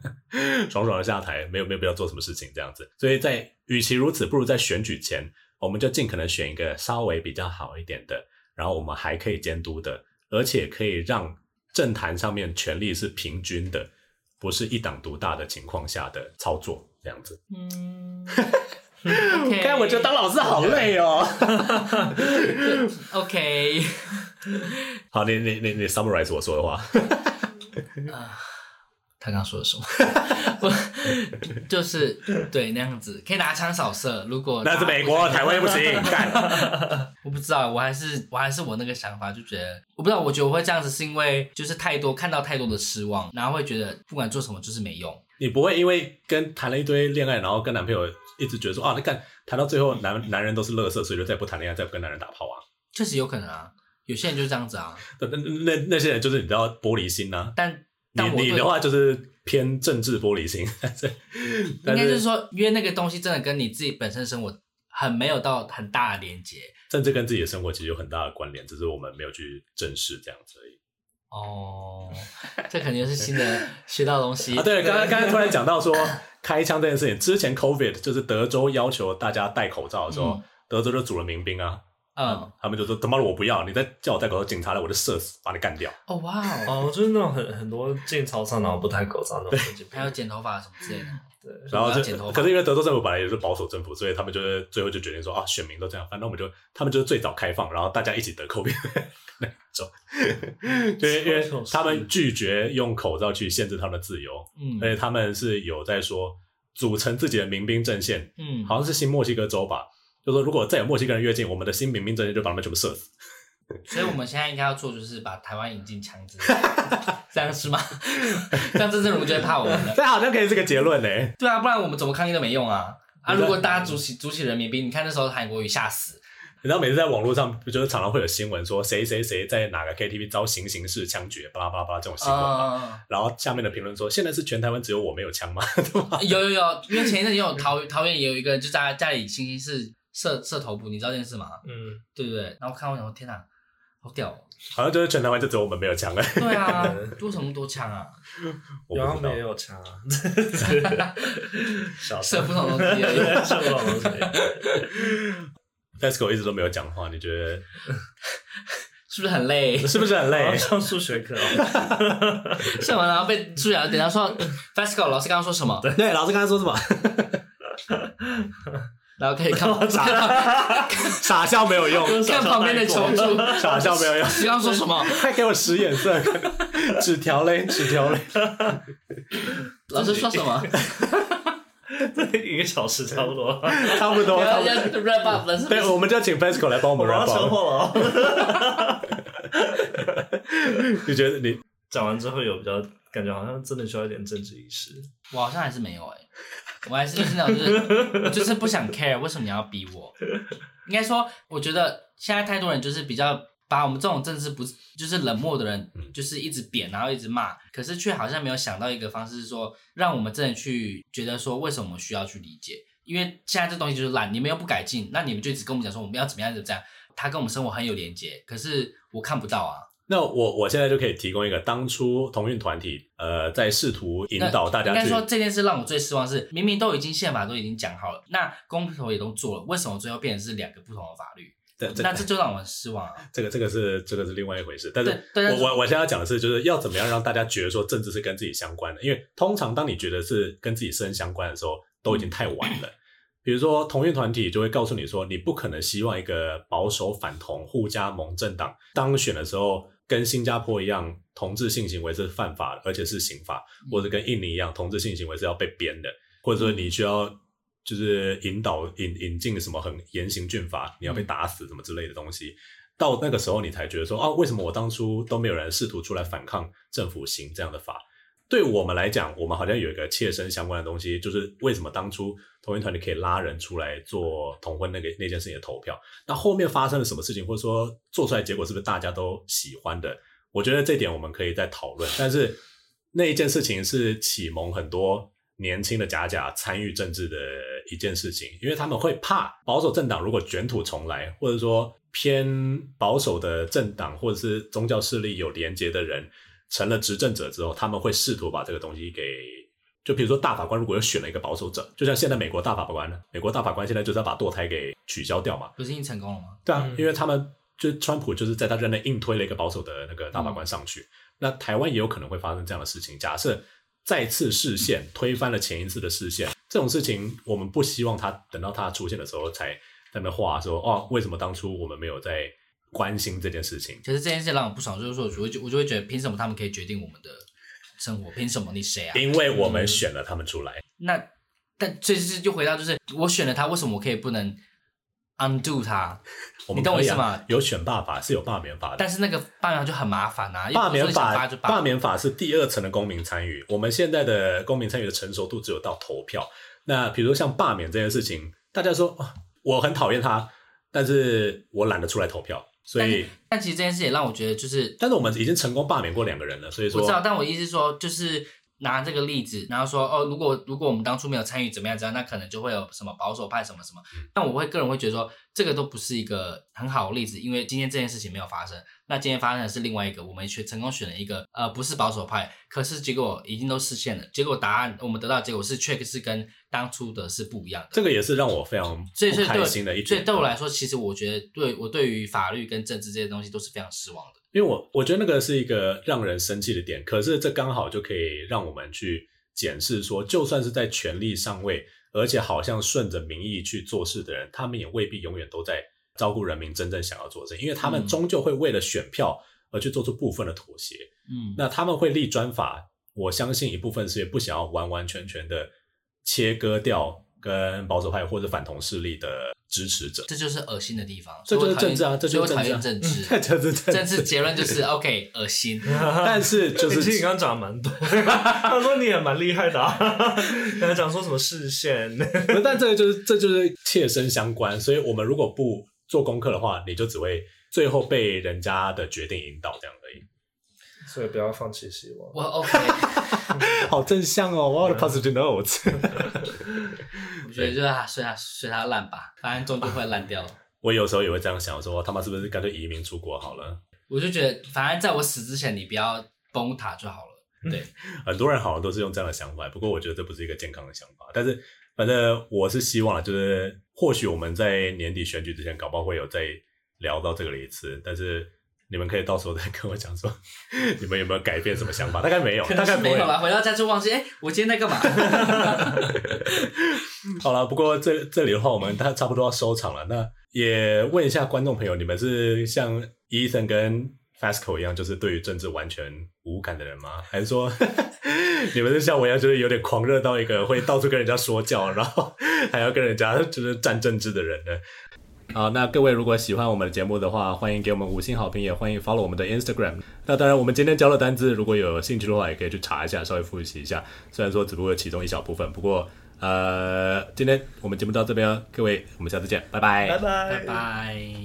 Speaker 2: 爽爽的下台，没有没有必要做什么事情这样子。所以在与其如此，不如在选举前我们就尽可能选一个稍微比较好一点的，然后我们还可以监督的，而且可以让政坛上面权力是平均的，不是一党独大的情况下的操作，这样子。
Speaker 3: 嗯，
Speaker 2: 看，我觉得当老师好累哦。
Speaker 3: OK，
Speaker 2: 好，你你你你 summarize 我说的话。
Speaker 3: 啊他刚刚说 的什么？我就是对那样子，可以拿枪扫射。如果
Speaker 2: 那是美国，台湾又不行，干。
Speaker 3: 我不知道，我还是我还是我那个想法，就觉得我不知道，我觉得我会这样子是因为就是太多看到太多的失望，然后会觉得不管做什么就是没用。
Speaker 2: 你不会因为跟谈了一堆恋爱，然后跟男朋友一直觉得说啊，那干谈到最后男男人都是垃圾，所以就再不谈恋爱，再不跟男人打炮啊。
Speaker 3: 确实有可能啊，有些人就是这样子啊。
Speaker 2: 那那那那些人就是你知道玻璃心呐、
Speaker 3: 但
Speaker 2: 你
Speaker 3: 但我
Speaker 2: 你
Speaker 3: 对
Speaker 2: 的话就是偏政治玻璃心， 但是
Speaker 3: 应
Speaker 2: 但
Speaker 3: 该
Speaker 2: 是
Speaker 3: 是说，因为那个东西真的跟你自己本身生活很没有到很大的连接。
Speaker 2: 政治跟自己的生活其实有很大的关联，只是我们没有去正视这样子而已。
Speaker 3: 哦，这肯定是 新的学到的东西
Speaker 2: 啊，对，刚刚刚才突然讲到 说开枪这件事情，之前 COVID 就是德州要求大家戴口罩的时候，
Speaker 3: 嗯
Speaker 2: 德州就组了民兵啊，
Speaker 3: 嗯，
Speaker 2: 他们就说他妈的我不要，你再叫我戴口罩，警察来我就射死，把你干掉。
Speaker 3: 哦哇 哦，
Speaker 1: 哦，就是那种很很多进超商然后不戴口罩那种神经病
Speaker 3: 还有剪头发什么之类的，
Speaker 2: 嗯然后
Speaker 3: 我要
Speaker 2: 就
Speaker 3: 剪头发
Speaker 2: 可是因为德州政府本来也是保守政府，所以他们就是最后就决定说啊，选民都这样，反正我们就他们就是最早开放，然后大家一起得 COVID 那种， 对，因为他们拒绝用口罩去限制他们的自由，而且
Speaker 3: 嗯
Speaker 2: 他们是有在说组成自己的民兵阵线，
Speaker 3: 嗯，
Speaker 2: 好像是新墨西哥州吧，就说如果再有墨西哥人越境，我们的新民兵阵线就把他们全部射死。
Speaker 3: 所以我们现在应该要做就是把台湾引进枪支，这样是吗？这样郑正如就会怕我们了。
Speaker 2: 这好像可以是个结论呢、
Speaker 3: 对啊，不然我们怎么抗议都没用啊。啊！
Speaker 2: 你知
Speaker 3: 如
Speaker 2: 道
Speaker 3: 果大家组起组起人民兵，你看那时候韩国瑜吓死，
Speaker 2: 你知道每次在网络上，就是常常会有新闻说谁谁谁在哪个 KTV 遭行刑事枪决，巴拉巴拉巴拉这种新闻嘛。
Speaker 3: 嗯，
Speaker 2: 然后下面的评论说：“现在是全台湾只有我没有枪吗？”
Speaker 3: 啊有有有，因为前一阵也有桃 桃园也有一个人就在家里星期四射射头部，你知道这件事吗？
Speaker 1: 嗯，
Speaker 3: 对不对？然后我看我想说，天哪，好屌、哦！
Speaker 2: 好像就是全台湾就只有我们没有枪了。
Speaker 3: 对啊，多什么多枪啊，
Speaker 2: 我
Speaker 1: 然后
Speaker 2: 不知道
Speaker 1: 没，有 差，小
Speaker 3: 射
Speaker 1: 伤
Speaker 3: 不同东西而已。
Speaker 1: 射不到东西。
Speaker 2: Tesco 一直都没有讲话，你觉得
Speaker 3: 是不是很累？
Speaker 2: 是不是很
Speaker 1: 好
Speaker 2: 累
Speaker 1: 像？上数学课哦，
Speaker 3: 上完然后被助教等下说 Fasco 老师刚刚说什么，
Speaker 2: 对，老师刚才说什么？
Speaker 3: 然后可以看傻
Speaker 2: 傻笑没有用，
Speaker 3: 看旁边的求助，
Speaker 2: 傻笑没有用，
Speaker 3: 刚刚说 什么？
Speaker 2: 快给我使眼色， 纸条嘞，纸条 嘞。
Speaker 3: 老师说什么？
Speaker 1: 一个小时差不 多，
Speaker 2: 差不多，
Speaker 3: 然
Speaker 2: 差
Speaker 3: 后
Speaker 2: 不
Speaker 3: 要
Speaker 2: 多。
Speaker 3: wrap up 了是不
Speaker 2: 对，
Speaker 3: 是？
Speaker 2: 我们就要请 Fesco 来帮我
Speaker 1: 我
Speaker 2: 们
Speaker 1: 们要
Speaker 2: wrap
Speaker 1: 车
Speaker 2: up。
Speaker 1: 祸了哦。
Speaker 2: 你觉得你
Speaker 1: 讲完之后有比较感觉好像真的需要一点政治意 识，
Speaker 3: 我好像还是没有哎、我还是就是那种就是我就是不想 care，为什么你要逼我？应该说，我觉得现在太多人就是比较把我们这种政治不就是冷漠的人，就是一直贬，然后一直骂，可是却好像没有想到一个方式，是说让我们真的去觉得说为什么我们需要去理解，因为现在这东西就是烂，你们又不改进，那你们就一直跟我们讲说我们要怎么样怎么样，它跟我们生活很有连接，可是我看不到啊。
Speaker 2: 那我我现在就可以提供一个当初同运团体呃在试图引导大
Speaker 3: 应
Speaker 2: 家
Speaker 3: 该
Speaker 2: 去
Speaker 3: 说这件事让我最失望是，明明都已经宪法都已经讲好了，那公投也都做了，为什么最后变成是两个不同的法律？
Speaker 2: 这这
Speaker 3: 那这就让我很失 望啊！
Speaker 2: 这个这个是这个是另外一回事，但是
Speaker 3: 对对啊嗯但
Speaker 2: 我
Speaker 3: 是
Speaker 2: 我我现在要讲的是，就是要怎么样让大家觉得说政治是跟自己相关的，因为通常当你觉得是跟自己生相关的时候，都已经太晚 了。比如说同运团体就会告诉你说，你不可能希望一个保守反同互加盟政党当选的时候，跟新加坡一样，同志性行为是犯法的，而且是刑法，或者跟印尼一样，同志性行为是要被编的，或者说你需要。就是引导引引进什么很严刑峻法，你要被打死什么之类的东西，到那个时候你才觉得说，啊，为什么我当初都没有人试图出来反抗政府行这样的法？对我们来讲，我们好像有一个切身相关的东西，就是为什么当初同一团体可以拉人出来做同婚那个那件事情的投票，那后面发生了什么事情，或者说做出来结果是不是大家都喜欢的？我觉得这点我们可以再讨论。但是那一件事情是启蒙很多年轻的假假参与政治的一件事情，因为他们会怕保守政党如果卷土重来，或者说偏保守的政党或者是宗教势力有连结的人成了执政者之后，他们会试图把这个东西给。就比如说，大法官如果又选了一个保守者，就像现在美国大法官，美国大法官现在就是要把堕胎给取消掉嘛，
Speaker 3: 不是已经成功了吗？
Speaker 2: 对啊，
Speaker 1: 嗯
Speaker 2: 因为他们就川普就是在他任内硬推了一个保守的那个大法官上去，那
Speaker 3: 嗯
Speaker 2: 台湾也有可能会发生这样的事情。假设再次视线推翻了前一次的视线，这种事情我们不希望它等到它出现的时候才在那边话说哦，为什么当初我们没有在关心这件事情？
Speaker 3: 可是这件事让我不爽，就是说我就我就会觉得，凭什么他们可以决定我们的生活？凭什么你谁啊？
Speaker 2: 因为我们选了他们出来，
Speaker 3: 那但这就是就回到就是我选了他，为什么我可以不能 undo 他？
Speaker 2: 我们
Speaker 3: 你懂我
Speaker 2: 可以
Speaker 3: 意思
Speaker 2: 啊
Speaker 3: 吗
Speaker 2: 有选罢法是有罢免法的
Speaker 3: 但，是那个罢免就很麻烦啊，
Speaker 2: 罢
Speaker 3: 又
Speaker 2: 免
Speaker 3: 不是说你想
Speaker 2: 法
Speaker 3: 罢就罢
Speaker 2: 罢免法是第二层的公民参与，我们现在的公民参与的成熟度只有到投票。那比如说像罢免这件事情，大家说、啊我很讨厌他，但是我懒得出来投票，所以
Speaker 3: 但其实这件事也让我觉得就是
Speaker 2: 但是我们已经成功罢免过两个人了，所以
Speaker 3: 我
Speaker 2: 说
Speaker 3: 知道，但我意思是说，就是拿这个例子，然后说哦，如果如果我们当初没有参与怎么样怎么样，那可能就会有什么保守派什么什么。但我会个人会觉得说，这个都不是一个很好的例子，因为今天这件事情没有发生，那今天发生的是另外一个，我们选成功选了一个呃不是保守派，可是结果已经都实现了，结果答案我们得到的结果是 check 是跟当初的是不一样的。
Speaker 2: 这个也是让我非常
Speaker 3: 所以，所
Speaker 2: 不
Speaker 3: 以对
Speaker 2: 开
Speaker 3: 我，
Speaker 2: 心的一点。
Speaker 3: 所以对我来说，其实我觉得对我对于法律跟政治这些东西都是非常失望的。
Speaker 2: 因为我我觉得那个是一个让人生气的点，可是这刚好就可以让我们去检视说，就算是在权力上位，而且好像顺着民意去做事的人，他们也未必永远都在照顾人民真正想要做的事情，因为他们
Speaker 3: 嗯
Speaker 2: 终究会为了选票而去做出部分的妥协。
Speaker 3: 嗯，
Speaker 2: 那他们会立专法，我相信一部分是也不想要完完全全的切割掉跟保守派或者反同势 力的支持者。
Speaker 3: 这就是恶心的地方。
Speaker 2: 这
Speaker 3: 所以
Speaker 2: 就是
Speaker 3: 我讨
Speaker 2: 政
Speaker 3: 厌
Speaker 2: 治啊这就是
Speaker 3: 所以我讨厌
Speaker 2: 政
Speaker 3: 政 治。
Speaker 2: 这就是政
Speaker 3: 政
Speaker 2: 治
Speaker 3: 治结论就是 OK，恶心。
Speaker 2: 但是就
Speaker 1: 其实你
Speaker 2: 是
Speaker 1: 刚刚讲的蛮多， 他说你也蛮厉害的、啊， 刚才讲说什么视线，
Speaker 2: 不是但这个就是这就是切身相关，所以我们如果不做功课的话，你就只会最后被人家的决定引导这样而已。
Speaker 1: 所以不要放弃希望。
Speaker 3: 我 OK，
Speaker 2: 好正向哦，我的 positive notes。
Speaker 3: 我觉得就是他随他随他烂吧，反正终究会烂掉。
Speaker 2: 我有时候也会这样想，说他妈是不是干脆移民出国好了？
Speaker 3: 我就觉得，反正在我死之前，你不要崩塌就好了。对，
Speaker 2: 很多人好像都是用这样的想法，不过我觉得这不是一个健康的想法。但是反正我是希望啊，就是或许我们在年底选举之前，搞不好会有再聊到这个的一次，但是你们可以到时候再跟我讲说，你们有没有改变什么想法？大概没有，
Speaker 3: 可
Speaker 2: 大
Speaker 3: 能
Speaker 2: 概
Speaker 3: 是
Speaker 2: 不
Speaker 3: 没
Speaker 2: 会
Speaker 3: 有。吧。回到家就忘记，哎、我今天在干嘛？
Speaker 2: 好了，不过这这里的话，我们它差不多要收场了。那也问一下观众朋友，你们是像 Ethan 跟 Fasco 一样，就是对于政治完全无感的人吗？还是说 你们是像我一样，就是有点狂热到一个会到处跟人家说教，然后还要跟人家就是战政治的人呢？好，那各位如果喜欢我们的节目的话，欢迎给我们五星好评，也欢迎 follow 我们的 Instagram。那当然，我们今天教的单字，如果有兴趣的话，也可以去查一下，稍微复习一下。虽然说只不过有其中一小部分，不过呃，今天我们节目到这边哦，各位，我们下次见，拜拜
Speaker 1: 拜拜
Speaker 3: 拜拜。